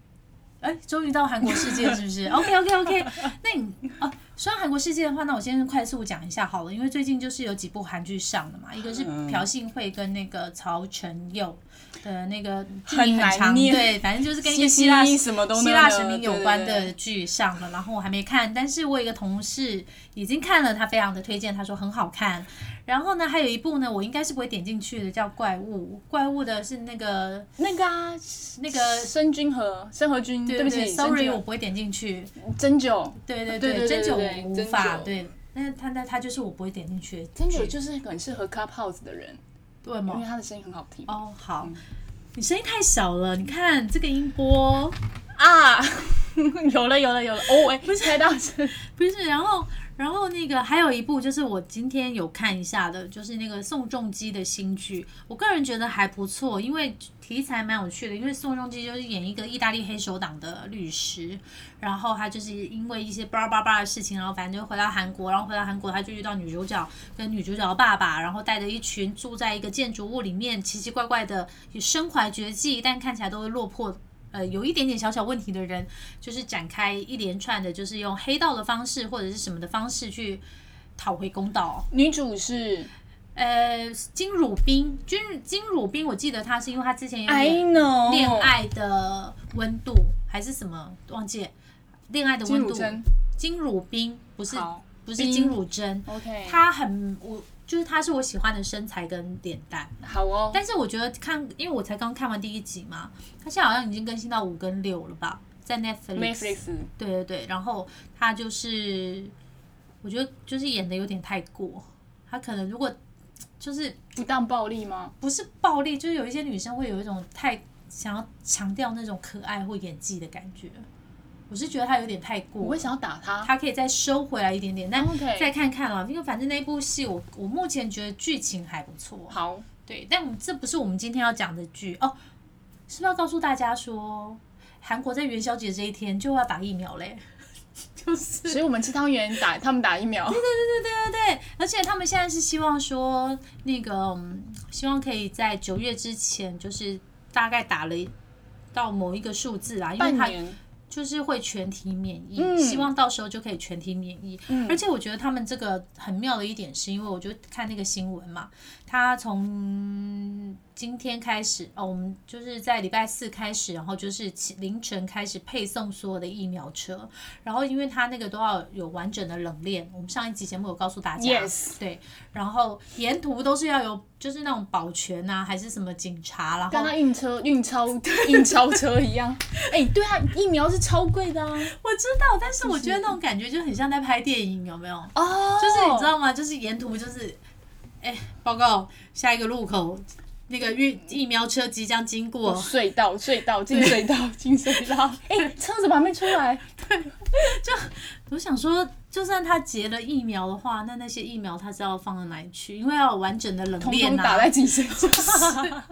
Speaker 2: 哎，终于到韩国世 界是不是？OK OK OK，那你哦，说到韩国世界的话，那我先快速讲一下好了，因为最近就是有几部韩剧上的嘛，一个是朴信惠跟那个曹承佑的那个剧名
Speaker 1: 很
Speaker 2: 长，
Speaker 1: 难念
Speaker 2: 对，反正就是跟一
Speaker 1: 西
Speaker 2: 个
Speaker 1: 西
Speaker 2: 希 腊
Speaker 1: 什么都
Speaker 2: 希
Speaker 1: 那
Speaker 2: 腊
Speaker 1: 个
Speaker 2: 神明有
Speaker 1: 对
Speaker 2: 关
Speaker 1: 对对
Speaker 2: 的剧上了，然后我还没看，但是我有一个同事已经看了，他非常的推荐，他说很好看。然后呢，还有一部呢，我应该是不会点进去的，叫《怪物》。怪物的是那个
Speaker 1: 那个啊，
Speaker 2: 那个，
Speaker 1: 申君和申和君，对不起
Speaker 2: ，sorry，我不会点进去。
Speaker 1: 针灸，
Speaker 2: 对对
Speaker 1: 对对
Speaker 2: 针
Speaker 1: 对
Speaker 2: 灸
Speaker 1: 对
Speaker 2: 我无
Speaker 1: 针
Speaker 2: 法
Speaker 1: 灸
Speaker 2: 对。那他那他就是我不会点进去的
Speaker 1: 针灸
Speaker 2: 剧
Speaker 1: 就是哦很适合 clubhouse 的人，
Speaker 2: 对
Speaker 1: 因为
Speaker 2: 吗？
Speaker 1: 他的声音很好听
Speaker 2: 哦，好，
Speaker 1: 嗯
Speaker 2: 你声音太小了，你看这个音波
Speaker 1: 啊。 有了有了有了，哦喂，不是太大声，
Speaker 2: 不是，然后然后那个还有一部就是我今天有看一下的，就是那个宋仲基的新剧，我个人觉得还不错，因为题材蛮有趣的，因为宋仲基就是演一个意大利黑手党的律师，然后他就是因为一些巴拉巴拉巴拉的事情，然后反正就回到韩国，然后回到韩国他就遇到女主角跟女主角的爸爸，然后带着一群住在一个建筑物里面奇奇怪怪的，也身怀绝技，但看起来都会落魄。呃，有一点点小小问题的人，就是展开一连串的，就是用黑道的方式或者是什么的方式去讨回公道。
Speaker 1: 女主是
Speaker 2: 呃，金汝彬，金金汝彬，我记得他是因为他之前有
Speaker 1: I
Speaker 2: 演
Speaker 1: know
Speaker 2: 恋爱的温度》还是什么，忘记了恋爱的
Speaker 1: 金
Speaker 2: 温
Speaker 1: 汝
Speaker 2: 度。
Speaker 1: 珍，
Speaker 2: 金汝彬不是
Speaker 1: 好
Speaker 2: 不是
Speaker 1: 彬
Speaker 2: 金汝珍，
Speaker 1: ，OK，
Speaker 2: 他很我就是他是我喜欢的身材跟脸蛋，
Speaker 1: 好哦，
Speaker 2: 但是我觉得看，因为我才刚看完第一集嘛，他现在好像已经更新到五跟六了吧，在
Speaker 1: Netflix
Speaker 2: 对对对，然后他就是，我觉得就是演的有点太过，他可能如果就是
Speaker 1: 不当暴力吗？
Speaker 2: 不是暴力，就是有一些女生会有一种太想要强调那种可爱或演技的感觉，我是觉得他有点太
Speaker 1: 我
Speaker 2: 过
Speaker 1: 会，想要打他。
Speaker 2: 他可以再收回来一点点，但
Speaker 1: OK
Speaker 2: 再看看了，因为反正那部戏我我目前觉得剧情还不错，啊
Speaker 1: 好，
Speaker 2: 对，但我们这不是我们今天要讲的剧哦，是不是要告诉大家说，韩国在元宵节这一天就要打疫苗嘞？就是。
Speaker 1: 所以我们吃汤圆打他们打疫苗，
Speaker 2: 对，而且他们现在是希望说，那个、嗯希望可以在九月之前，就是大概打了到某一个数字啦，因为
Speaker 1: 半
Speaker 2: 他
Speaker 1: 年
Speaker 2: 就是会全体免疫，
Speaker 1: 嗯
Speaker 2: 希望到时候就可以全体免疫。
Speaker 1: 嗯
Speaker 2: 而且我觉得他们这个很妙的一点，是因为我就看那个新闻嘛，他从今天开始哦，我们就是在礼拜四开始，然后就是起凌晨开始配送所有的疫苗车，然后因为他那个都要有完整的冷链，我们上一集节目有告诉大家
Speaker 1: Yes
Speaker 2: 对，然后沿途都是要有就是那种保全啊，还是什么警察，然后
Speaker 1: 跟他运车运超运超车一样。哎，对啊，疫苗是超贵的啊。
Speaker 2: 我知道，但是我觉得那种感觉就很像在拍电影，有没有？
Speaker 1: 哦
Speaker 2: 就是你知，道吗？就是沿途就是，哎、报告下一个路口，那个疫疫苗车即将经过，
Speaker 1: 隧道隧道进隧道进隧道，哎，车怎么还没出来？
Speaker 2: 我想说，就算他结了疫苗的话，那那些疫苗他是要放到哪里去？因为要有完整的冷
Speaker 1: 统
Speaker 2: 链
Speaker 1: 统
Speaker 2: 啊
Speaker 1: 打。在自己身上，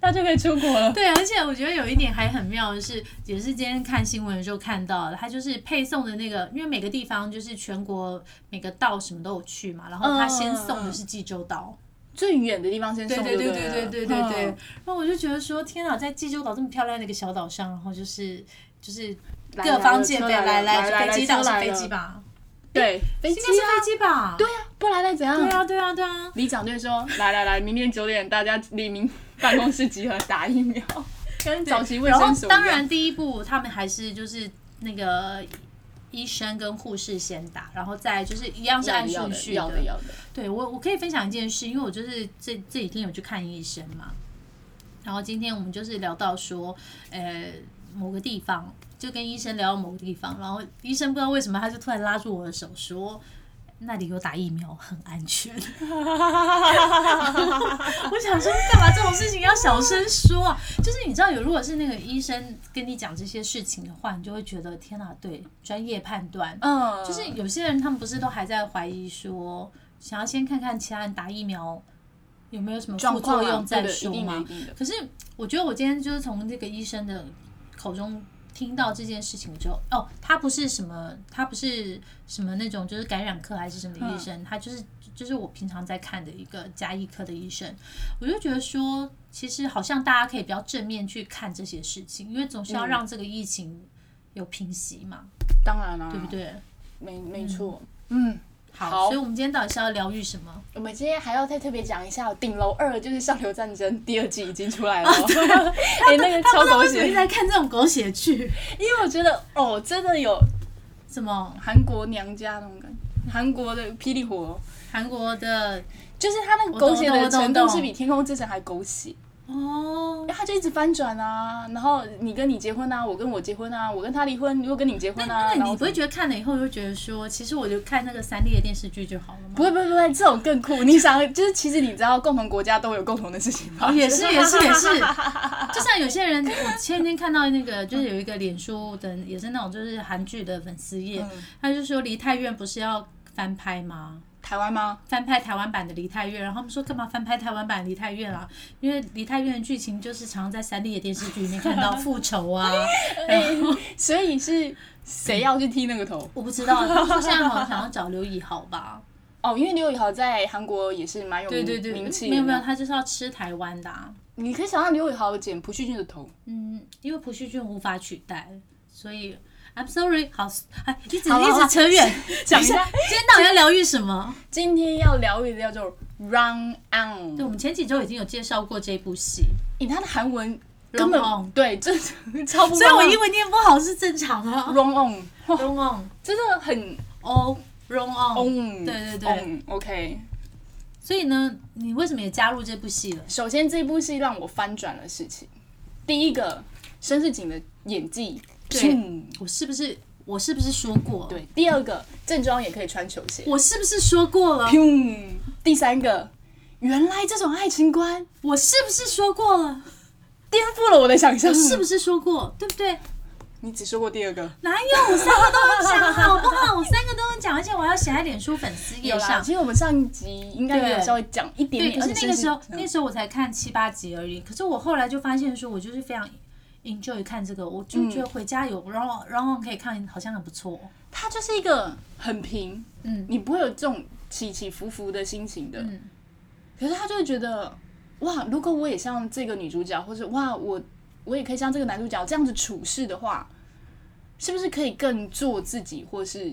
Speaker 1: 他就可以出国了。
Speaker 2: 对，啊而且我觉得有一点还很妙的是，也是今天看新闻的时候看到的，他就是配送的那个，因为每个地方就是全国每个道什么都有去嘛，然后他先送
Speaker 1: 嗯
Speaker 2: 的是济州岛，
Speaker 1: 最远的地方先
Speaker 2: 对
Speaker 1: 送，
Speaker 2: 对对
Speaker 1: 对
Speaker 2: 对对
Speaker 1: 了
Speaker 2: 对对对。
Speaker 1: 嗯
Speaker 2: 然后我就觉得说，天啊，在济州岛这么漂亮的一个小岛上，然后就是就是
Speaker 1: 来
Speaker 2: 各
Speaker 1: 来
Speaker 2: 方
Speaker 1: 了
Speaker 2: 见
Speaker 1: 车
Speaker 2: 面，
Speaker 1: 来
Speaker 2: 来
Speaker 1: 了
Speaker 2: 来，
Speaker 1: 来
Speaker 2: 飞
Speaker 1: 来
Speaker 2: 机
Speaker 1: 车
Speaker 2: 岛是
Speaker 1: 来
Speaker 2: 飞
Speaker 1: 了
Speaker 2: 机吧？
Speaker 1: 对，飞
Speaker 2: 应
Speaker 1: 机
Speaker 2: 该是
Speaker 1: 啊
Speaker 2: 飞，机吧？
Speaker 1: 对啊，不然来怎样
Speaker 2: 对？啊，对啊，对啊。
Speaker 1: 里长就说：“来来来，明天九点大家黎明办公室集合打疫 苗，跟早期卫
Speaker 2: 然
Speaker 1: 生
Speaker 2: 后
Speaker 1: 所一样
Speaker 2: 当然第一步他们还是就是那个医生跟护士先打，然后再来就是一样是按
Speaker 1: 要
Speaker 2: 顺
Speaker 1: 的
Speaker 2: 序
Speaker 1: 要的要的，
Speaker 2: 对我，我可以分享一件事，因为我就是这这几天有去看医生嘛，然后今天我们就是聊到说，呃，某个地方就跟医生聊到某个地方，然后医生不知道为什么他就突然拉住我的手说。那里有打疫苗，很安全。 我想说，干嘛这种事情要小声说啊？就是你知道，有如果是那个医生跟你讲这些事情的话，你就会觉得天哪、啊对专业判断，
Speaker 1: 嗯，
Speaker 2: 就是有些人他们不是都还在怀疑说，想要先看看其他人打疫苗有没有什么
Speaker 1: 状
Speaker 2: 副
Speaker 1: 况啊
Speaker 2: 作用再
Speaker 1: 对的
Speaker 2: 说
Speaker 1: 一定的一
Speaker 2: 嘛。
Speaker 1: 定的，
Speaker 2: 可是我觉得我今天就是从这个医生的口中听到这件事情之后，哦，他不是什么，他不是什么那种就是感染科还是什么医
Speaker 1: 嗯
Speaker 2: 生，他就是就是我平常在看的一个加医科的医生，我就觉得说，其实好像大家可以比较正面去看这些事情，因为总是
Speaker 1: 嗯
Speaker 2: 要让这个疫情有平息嘛，
Speaker 1: 当然啦、啊
Speaker 2: 对不对？
Speaker 1: 没没错，嗯。
Speaker 2: 好，
Speaker 1: 好
Speaker 2: 所以我们今天到底是要疗愈什么？
Speaker 1: 我们今天还要再特别讲一下，《顶楼二》就是《上流战争》第二季已经出来了， 哎、那个
Speaker 2: 啊他
Speaker 1: 超
Speaker 2: 不知道
Speaker 1: 狗
Speaker 2: 为什么一
Speaker 1: 血
Speaker 2: 直，在看这种狗血剧，
Speaker 1: 因为我觉得哦，真的有
Speaker 2: 什么
Speaker 1: 韩国娘家那种感觉，韩国的霹雳火，
Speaker 2: 韩国的
Speaker 1: 就是它那个
Speaker 2: 我懂
Speaker 1: 狗血的
Speaker 2: 我懂我
Speaker 1: 程
Speaker 2: 懂
Speaker 1: 度是比《天空之城》还狗血，
Speaker 2: 哦
Speaker 1: 因为，它就一直翻转啊，然后你跟你结婚啊，我跟我结婚啊，我跟他离婚，又跟你结
Speaker 2: 那
Speaker 1: 婚啊，
Speaker 2: 那
Speaker 1: 然
Speaker 2: 你
Speaker 1: 后
Speaker 2: 不会觉得看了以后就觉得说，其实我就看那个三 D 的电视剧就好了吗？
Speaker 1: 不会不会不会，这种更酷。你想，就是其实你知道，共同国家都有共同的事情发
Speaker 2: 哦，
Speaker 1: 生
Speaker 2: 也 是也 是也是，就像有些人，我前几天看到那个，就是有一个脸书的，也是那种就是韩剧的粉丝页，他就说《梨泰院》不是要翻拍吗？
Speaker 1: 台湾吗？
Speaker 2: 翻拍台湾版的《梨泰院》，然后他们说干嘛翻拍台湾版《梨泰院》啊？因为《梨泰院》的剧情就是常常在三 D 的电视剧里面看到复仇 啊。然后
Speaker 1: 所以是谁要去剃那个头？
Speaker 2: 我不知道，他们说现在好像想要找刘以豪吧？
Speaker 1: 哦，因为刘宇豪在韩国也是蛮有
Speaker 2: 对对
Speaker 1: 名
Speaker 2: 对，
Speaker 1: 名气的。
Speaker 2: 嗯没有没有，他就是要吃台湾的、啊。
Speaker 1: 你可以想象刘宇豪剪朴叙俊的头，
Speaker 2: 嗯，因为朴叙俊无法取代，所以 I'm sorry，好，哎，一直
Speaker 1: 好了
Speaker 2: 一
Speaker 1: 好了
Speaker 2: 直扯远，
Speaker 1: 讲一下
Speaker 2: 今天到底要疗愈什么？
Speaker 1: 今天要聊一个叫做《Run On
Speaker 2: 对，》，我们前几周已经有介绍过这部戏，
Speaker 1: 你他的韩文根
Speaker 2: Run
Speaker 1: 本
Speaker 2: On
Speaker 1: 对，这超不。
Speaker 2: 所以我英文念不好是正常啊的。
Speaker 1: Run On
Speaker 2: Wrong on，
Speaker 1: 真的很
Speaker 2: 哦，Wrong on。
Speaker 1: on，
Speaker 2: 对对对
Speaker 1: on，OK。
Speaker 2: 所以呢，你为什么也加入这部戏了？
Speaker 1: 首先，这部戏让我翻转了事情。第一个，申世景的演技，
Speaker 2: 对
Speaker 1: 咻
Speaker 2: 我是不是我是不是说过？，
Speaker 1: 对。第二个，正装也可以穿球鞋，
Speaker 2: 我是不是说过了？
Speaker 1: 砰。第三个，原来这种爱情观
Speaker 2: 我是不是说过了？
Speaker 1: 颠覆了我的想象。
Speaker 2: 我是不是说过？对不对？
Speaker 1: 你只说过第二个，
Speaker 2: 哪有？我三个都有讲，好 不好？我三个都有讲，而且我还要写在脸书粉丝页
Speaker 1: 有啦。
Speaker 2: 上。
Speaker 1: 其实我们上一集应该也有稍微讲一点
Speaker 2: 对，
Speaker 1: 点，嗯
Speaker 2: 可是
Speaker 1: 而且
Speaker 2: 那个时候，
Speaker 1: 甚至
Speaker 2: 那时候我才看七八集而已。可是我后来就发现，说我就是非常 enjoy 看这个，我
Speaker 1: 嗯
Speaker 2: 就觉得回家有，然后然后可以看，好像很不错。
Speaker 1: 它就是一个很平，
Speaker 2: 嗯，
Speaker 1: 你不会有这种起起伏伏的心情的。
Speaker 2: 嗯
Speaker 1: 可是他就会觉得，哇，如果我也像这个女主角，或者哇，我我也可以像这个男主角这样子处事的话，是不是可以更做自己，或是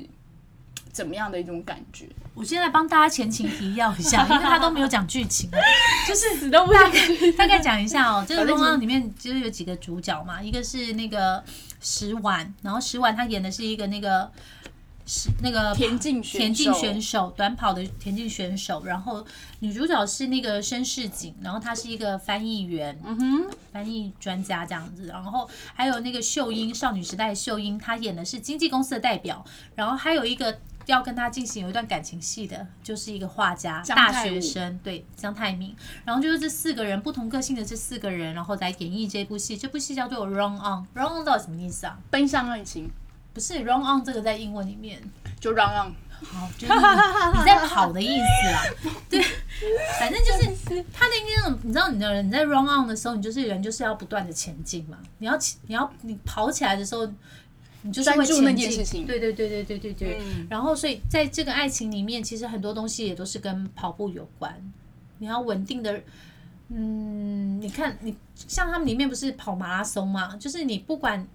Speaker 1: 怎么样的一种感觉？
Speaker 2: 我现在帮大家前情提要一下，因为他都没有讲剧情啊，
Speaker 1: 就是死都不大
Speaker 2: 大概讲一下哦，这个
Speaker 1: 反正
Speaker 2: 动漫里面就是有几个主角嘛，一个是那个石丸，然后石丸他演的是一个那个是那个
Speaker 1: 田径选
Speaker 2: 田径
Speaker 1: 手
Speaker 2: 选手，短跑的田径选手，然后女主角是那个申世景，然后她是一个翻译员，嗯哼，翻译专家这样子，然后还有那个秀英，少女时代的秀英，她演的是经纪公司的代表，然后还有一个。要跟她进行有一段感情戏的，就是一个画家，
Speaker 1: 姜
Speaker 2: 大
Speaker 1: 泰武
Speaker 2: 学生，对姜泰明。然后就是这四个人不同个性的这四个人，然后来演绎这部戏。这部戏叫做《Run On》，《Run On》到底什么意思啊？
Speaker 1: 奔向爱情，
Speaker 2: 不是《Run On》这个在英文里面，
Speaker 1: 就让让
Speaker 2: 好，就是你 你在跑的意思啦。对，反正就是他的那种，你知道你的人你在 run on 的时候，你就是人就是要不断的前进嘛。你要起你要你跑起来的时候，你就是会
Speaker 1: 专注那
Speaker 2: 前
Speaker 1: 件事
Speaker 2: 进。
Speaker 1: 情嗯
Speaker 2: 对对对对对对对。然后，所以在这个爱情里面，其实很多东西也都是跟跑步有关。你要稳定的。嗯，你看，你像他们里面不是跑马拉松吗？就是你不管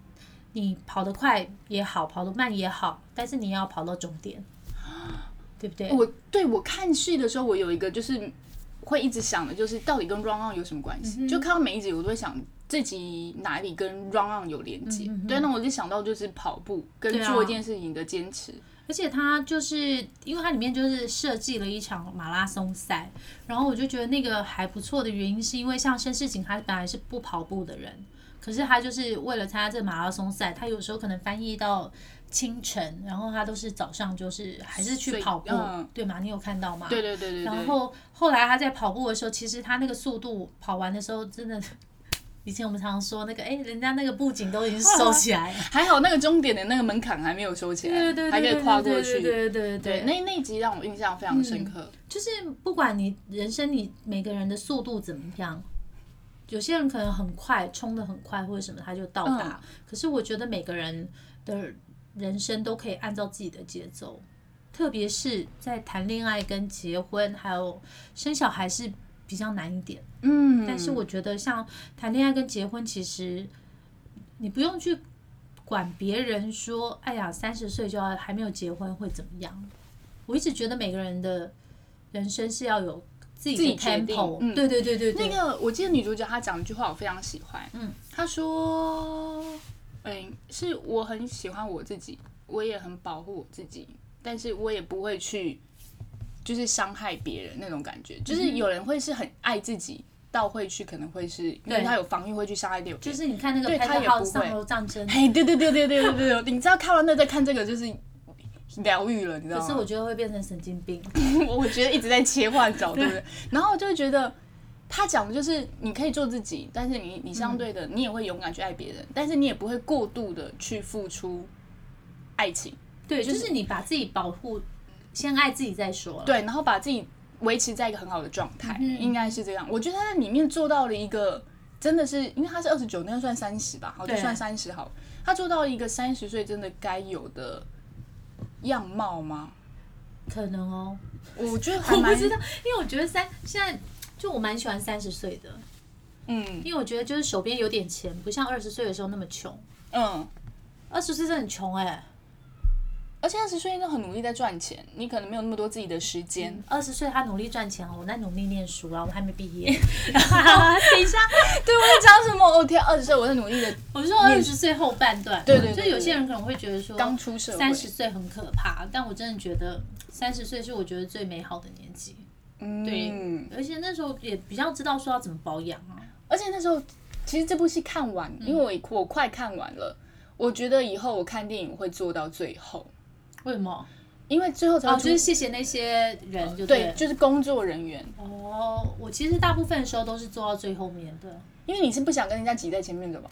Speaker 2: 你跑得快也好，跑得慢也好，但是你要跑到终点，对不对？
Speaker 1: 我对我看戏的时候，我有一个就是会一直想的就是到底跟 Run On 有什么关
Speaker 2: 嗯
Speaker 1: 系？就看到每一集我都会想自己哪里跟 Run On 有连接。
Speaker 2: 嗯
Speaker 1: 对，那我就想到就是跑步跟
Speaker 2: 对啊
Speaker 1: 做一件事情的坚持。
Speaker 2: 而且它就是因为它里面就是设计了一场马拉松赛，然后我就觉得那个还不错的原因是因为像申世锦他本来是不跑步的人，可是他就是为了参加这马拉松赛，他有时候可能翻译到清晨，然后他都是早上就是还是去
Speaker 1: 睡
Speaker 2: 跑步，
Speaker 1: 嗯
Speaker 2: 对吗？你有看到吗？
Speaker 1: 对对对对对。
Speaker 2: 然后后来他在跑步的时候，其实他那个速度跑完的时候，真的，以前我们常说那个，哎，人家那个布景都已经收起来了，
Speaker 1: 还好那个终点的那个门槛还没有收起来，
Speaker 2: 对对对，
Speaker 1: 还可以跨过去。
Speaker 2: 对嗯对对
Speaker 1: 对，
Speaker 2: 对
Speaker 1: 那那一集让我印象非常深刻。
Speaker 2: 就是不管你人生你每个人的速度怎么样，有些人可能很快冲的很快或者什么他就到达，可是我觉得每个人的人生都可以按照自己的节奏，特别是在谈恋爱跟结婚还有生小孩是比较难一点，
Speaker 1: 嗯，
Speaker 2: 但是我觉得像谈恋爱跟结婚，其实你不用去管别人说，哎呀，三十岁就要还没有结婚会怎么样。我一直觉得每个人的人生是要有自己
Speaker 1: 自己
Speaker 2: 的
Speaker 1: 决定
Speaker 2: tempo，、
Speaker 1: 嗯
Speaker 2: 对对对对对，
Speaker 1: 那个我记得女主角她讲一句话我非常喜欢，嗯，她说，嗯、是我很喜欢我自己，我也很保护我自己，但是我也不会去就是伤害别人那种感觉。就是有人会是很爱自己，到会去可能会是因为
Speaker 2: 对
Speaker 1: 他有防御会去伤害别人，
Speaker 2: 就是你看那个
Speaker 1: 对
Speaker 2: 拍
Speaker 1: 他
Speaker 2: 的
Speaker 1: 也
Speaker 2: 号
Speaker 1: 不会
Speaker 2: 上楼战争，
Speaker 1: 嘿，对对对对对对对，你知道看完那再看这个就是疗愈了，你知道
Speaker 2: 可
Speaker 1: 吗？
Speaker 2: 是我觉得会变成神经病。
Speaker 1: 我我觉得一直在切换角度，然后我就会觉得他讲的就是你可以做自己，但是你你
Speaker 2: 嗯
Speaker 1: 相对的你也会勇敢去爱别人，但是你也不会过度的去付出爱情，
Speaker 2: 对，就是你把自己保护，先爱自己再说了。
Speaker 1: 对，然后把自己维持在一个很好的状态，
Speaker 2: 嗯
Speaker 1: 应该是这样。我觉得他在里面做到了一个。真的是，因为他是二十九，那就算三十吧，好，就
Speaker 2: 对
Speaker 1: 算三十好了。他做到一个三十岁真的该有的样貌吗？
Speaker 2: 可能哦，
Speaker 1: 我觉得还
Speaker 2: 我不
Speaker 1: 蛮
Speaker 2: 知道，因为我觉得三现在就我蛮喜欢三十岁的，
Speaker 1: 嗯
Speaker 2: 因为我觉得就是手边有点钱，不像二十岁的时候那么穷。
Speaker 1: 嗯，
Speaker 2: 二十岁真的很穷哎、
Speaker 1: 而且二十岁应该很努力在赚钱，你可能没有那么多自己的时间。
Speaker 2: 二十岁他努力赚钱哦，我在努力念书啊，我还没毕 业。等一下，
Speaker 1: 对，我在讲什么？哦天，二十岁我在努力的，
Speaker 2: 我说二十岁后半段，
Speaker 1: 对对对对
Speaker 2: 就有些人可能会觉得说
Speaker 1: 刚出社会
Speaker 2: 三十岁很可怕，但我真的觉得三十岁是我觉得最美好的年纪。
Speaker 1: 嗯，
Speaker 2: 对，而且那时候也比较知道说要怎么保养啊。
Speaker 1: 而且那时候其实这部戏看完，因为我也我快看完了，我觉得以后我看电影会做到最后，
Speaker 2: 为什么？
Speaker 1: 因为最后才
Speaker 2: 哦，
Speaker 1: 会出
Speaker 2: 就是谢谢那些人就
Speaker 1: 对，
Speaker 2: 了
Speaker 1: 就是工作人员，
Speaker 2: 哦，我其实大部分的时候都是做到最后面的，
Speaker 1: 因为你是不想跟人家挤在前面的嘛。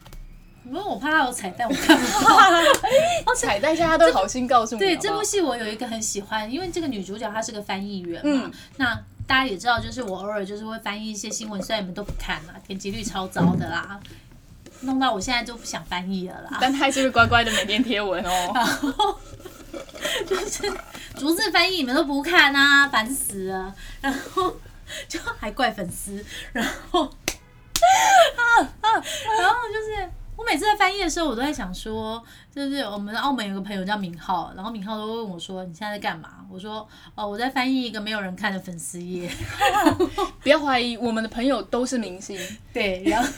Speaker 2: 因为我怕他有彩蛋，我看不到。
Speaker 1: 彩蛋现在他都好心告诉你，
Speaker 2: 对
Speaker 1: 好不
Speaker 2: 这
Speaker 1: 好
Speaker 2: 部戏我有一个很喜欢，因为这个女主角她是个翻译员嘛，那。大家也知道，就是我偶尔就是会翻译一些新闻，虽然你们都不看啦，点击率超糟的啦，弄到我现在就不想翻译了啦。
Speaker 1: 但他还是会乖乖的每天贴文哦。
Speaker 2: 逐字翻译你们都不看啊，烦死了。然后就还怪粉丝，然后 啊啊，然后就是我每次在翻译的时候，我都在想说，就是我们澳门有个朋友叫明浩，然后明浩都会问我说你现在在干嘛？我说哦，我在翻译一个没有人看的粉丝页。
Speaker 1: 不要怀疑，我们的朋友都是明星，
Speaker 2: 对， 然后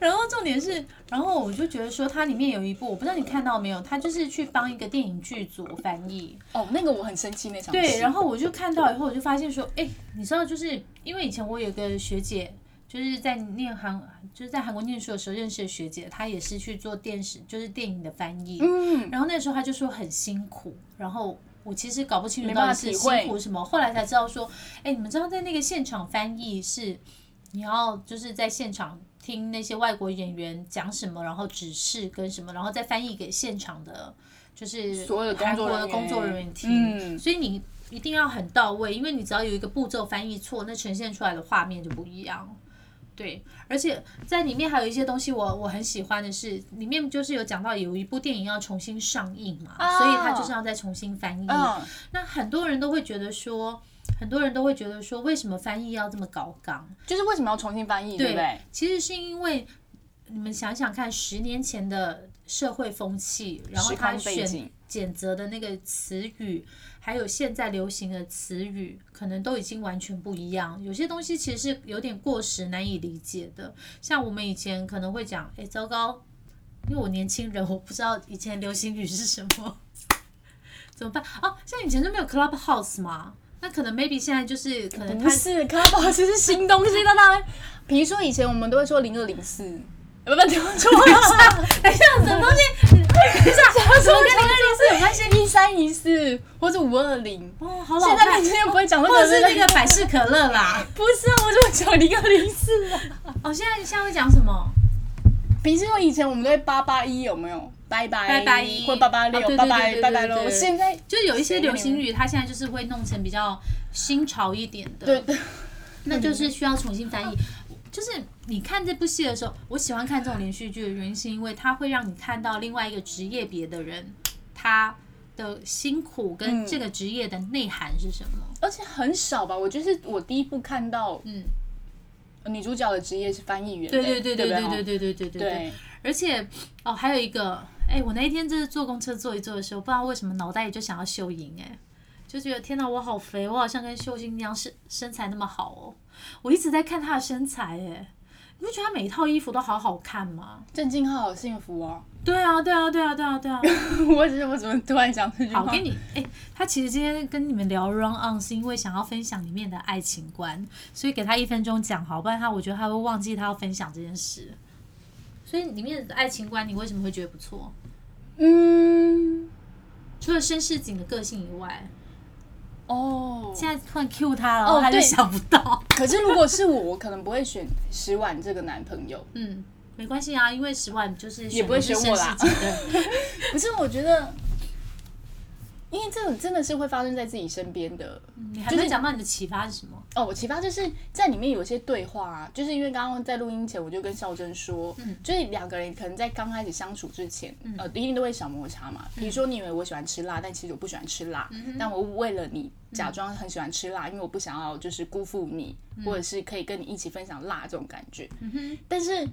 Speaker 2: 然后重点是，然后我就觉得说它里面有一部，我不知道你看到没有，它就是去帮一个电影剧组翻译，
Speaker 1: 哦，那个我很生气那场戏。
Speaker 2: 对，然后我就看到以后，我就发现说，哎、你知道，就是因为以前我有个学姐，就是在念韩，就是在韩国念书的时候认识的学姐，她也是去做电视，就是电影的翻译。嗯，然后那时候她就说很辛苦，然后。我其实搞不清楚
Speaker 1: 没
Speaker 2: 到
Speaker 1: 办法
Speaker 2: 底是
Speaker 1: 体会
Speaker 2: 辛苦什么，后来才知道说，哎，你们知道在那个现场翻译是，你要就是在现场听那些外国演员讲什么，然后指示跟什么，然后再翻译给现场的，就是
Speaker 1: 所有的
Speaker 2: 韩
Speaker 1: 工作
Speaker 2: 国
Speaker 1: 人
Speaker 2: 的工作人员听。
Speaker 1: 嗯
Speaker 2: 所以你一定要很到位，因为你只要有一个步骤翻译错，那呈现出来的画面就不一样。对，而且在里面还有一些东西我我很喜欢的是，里面就是有讲到有一部电影要重新上映嘛，
Speaker 1: 哦
Speaker 2: 所以它就是要再重新翻译。
Speaker 1: 嗯，
Speaker 2: 那很多人都会觉得说，很多人都会觉得说，为什么翻译要这么高纲？
Speaker 1: 就是为什么要重新翻译，对不对？
Speaker 2: 其实是因为你们想想看，十年前的社会风气，然后
Speaker 1: 时
Speaker 2: 他
Speaker 1: 空背
Speaker 2: 选
Speaker 1: 景
Speaker 2: 谴责的那个词语，还有现在流行的词语，可能都已经完全不一样。有些东西其实是有点过时、难以理解的。像我们以前可能会讲，哎，糟糕，因为我年轻人，我不知道以前流行语是什么，怎么办？哦，像以前就没有 Clubhouse 嘛，那可能 maybe 现在就是可能
Speaker 1: 不
Speaker 2: 它
Speaker 1: 是 Clubhouse 是新东西，那当然，比如说以前我们都会说零二零四，呃不不，等我说一下，
Speaker 2: 等一下什么东 西？等一下，什么跟零二零四有关系？
Speaker 1: 一三一四或者五二零，
Speaker 2: 哦，好老
Speaker 1: 现在
Speaker 2: 派
Speaker 1: 年。轻人不会讲那
Speaker 2: 或
Speaker 1: 个，
Speaker 2: 者是那个百事可乐啦，
Speaker 1: 不是啊，我就讲零二零四啊。
Speaker 2: 哦，现在现在会讲什么？
Speaker 1: 平时我以前我们都会八八一有没有？拜拜
Speaker 2: 拜拜一
Speaker 1: 或八八
Speaker 2: 哦对对
Speaker 1: 六、八八
Speaker 2: 对对
Speaker 1: 拜拜
Speaker 2: 对对
Speaker 1: 喽。
Speaker 2: 对
Speaker 1: 现在
Speaker 2: 就有一些流行语，它现在就是会弄成比较新潮一点的，
Speaker 1: 对，对，
Speaker 2: 那就是需要重新翻译。就是你看这部戏的时候，我喜欢看这种连续剧的原因，是因为它会让你看到另外一个职业别的人他的辛苦跟
Speaker 1: 嗯
Speaker 2: 这个职业的内涵是什么。
Speaker 1: 而且很少吧？我就是我第一部看到
Speaker 2: 嗯，
Speaker 1: 女主角的职业是翻译员的，
Speaker 2: 对对对
Speaker 1: 对哦
Speaker 2: 对对
Speaker 1: 不对
Speaker 2: 对对对对对对
Speaker 1: 对。
Speaker 2: 而且哦，还有一个，哎、我那一天就是坐公车坐一坐的时候，不知道为什么脑袋里就想要秀英、哎，就觉得天哪，我好肥，我好像跟秀英一样，身身材那么好哦。我一直在看她的身材、哎，你不觉得她每一套衣服都好好看吗？
Speaker 1: 郑敬浩好幸福哦！
Speaker 2: 对啊，对啊，对啊，对啊，对啊。
Speaker 1: 我只是我怎么突然讲这句
Speaker 2: 好，
Speaker 1: 话？
Speaker 2: 我跟你，哎、他其实今天跟你们聊 Run On 是因为想要分享里面的爱情观，所以给他一分钟讲好，不然他我觉得他会忘记他要分享这件事。所以里面的爱情观，你为什么会觉得不错？
Speaker 1: 嗯，
Speaker 2: 除了申世景的个性以外，
Speaker 1: 哦，
Speaker 2: 现在突然 Q 他了，
Speaker 1: 哦
Speaker 2: 然后他就
Speaker 1: 对
Speaker 2: 想不到。
Speaker 1: 可是如果是我，我可能不会选石婉这个男朋友。
Speaker 2: 嗯，没关系啊，因为十万就是
Speaker 1: 也不会
Speaker 2: 选
Speaker 1: 选
Speaker 2: 的是
Speaker 1: 我啦
Speaker 2: 申世 景的
Speaker 1: 可是我觉得，因为这种真的是会发生在自己身边的。
Speaker 2: 嗯你还没讲到你的启发是什么？
Speaker 1: 哦，我启发就是在里面有一些对话、啊，就是因为刚刚在录音前我就跟孝珍说，就是两个人可能在刚开始相处之前，呃，一定都会小摩擦嘛。比如说你以为我喜欢吃辣，但其实我不喜欢吃辣，但我为了你假装很喜欢吃辣，因为我不想要就是辜负你，或者是可以跟你一起分享辣这种感觉。但是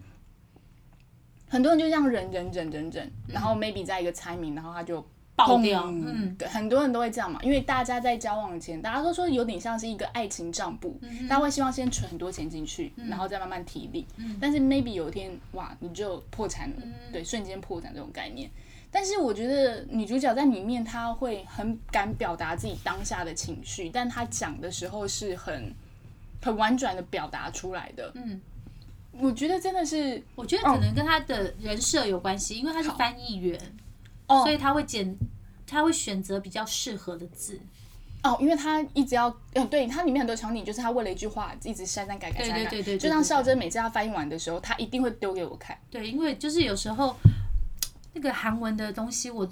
Speaker 1: 很多人就这样忍忍忍忍忍，然后 maybe 在一个猜谜，然后他就
Speaker 2: 爆
Speaker 1: 砰
Speaker 2: 掉，嗯，
Speaker 1: 对，很多人都会这样嘛，因为大家在交往前，大家都说有点像是一个爱情账簿，大家会希望先存很多钱进去，然后再慢慢提利。但是 maybe 有一天，哇，你就破产了，对，瞬间破产这种概念。但是我觉得女主角在里面，她会很敢表达自己当下的情绪，但她讲的时候是很很婉转的表达出来的。
Speaker 2: 嗯，
Speaker 1: 我觉得真的是
Speaker 2: 我觉得可能跟他的人设有关系，因为他是翻译员，
Speaker 1: 哦
Speaker 2: 所以他会简，他会选择比较适合的字。
Speaker 1: 哦，因为他一直要，嗯，对，它里面很多场景就是他为了一句话一直删删改改
Speaker 2: 对
Speaker 1: 删改，
Speaker 2: 对对对对
Speaker 1: 就像
Speaker 2: 对
Speaker 1: 孝珍每次他翻译完的时候，他一定会丢给我看。
Speaker 2: 对，因为就是有时候那个韩文的东西我，我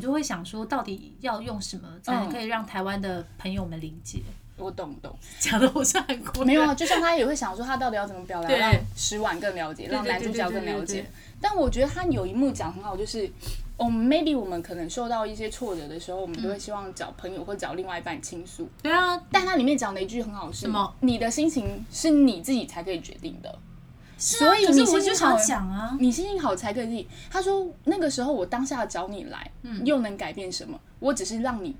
Speaker 2: 就会想说，到底要用什么才能
Speaker 1: 嗯
Speaker 2: 可以让台湾的朋友们理解？
Speaker 1: 我懂懂，
Speaker 2: 讲的我是韩国人
Speaker 1: 没有啊，就像他也会想说他到底要怎么表达，
Speaker 2: 对
Speaker 1: 让石婉更了解，
Speaker 2: 对
Speaker 1: 让
Speaker 2: 对
Speaker 1: 男
Speaker 2: 对
Speaker 1: 主
Speaker 2: 对
Speaker 1: 角
Speaker 2: 对
Speaker 1: 更
Speaker 2: 对
Speaker 1: 了
Speaker 2: 对
Speaker 1: 解。但我觉得他有一幕讲很好，就是。哦、m a y b e 我们可能受到一些挫折的时候，我们都会希望找朋友或找另外一半倾诉。
Speaker 2: 对啊，
Speaker 1: 但它里面讲的一句很好是，什
Speaker 2: 么？
Speaker 1: 你的心情是你自己才可以决定的。
Speaker 2: 是啊
Speaker 1: 所以
Speaker 2: 可是
Speaker 1: 你
Speaker 2: 我
Speaker 1: 心
Speaker 2: 就
Speaker 1: 情
Speaker 2: 想
Speaker 1: 好
Speaker 2: 讲啊，
Speaker 1: 你心情好才可以。他说那个时候我当下找你来，
Speaker 2: 嗯
Speaker 1: 又能改变什么？我只是让你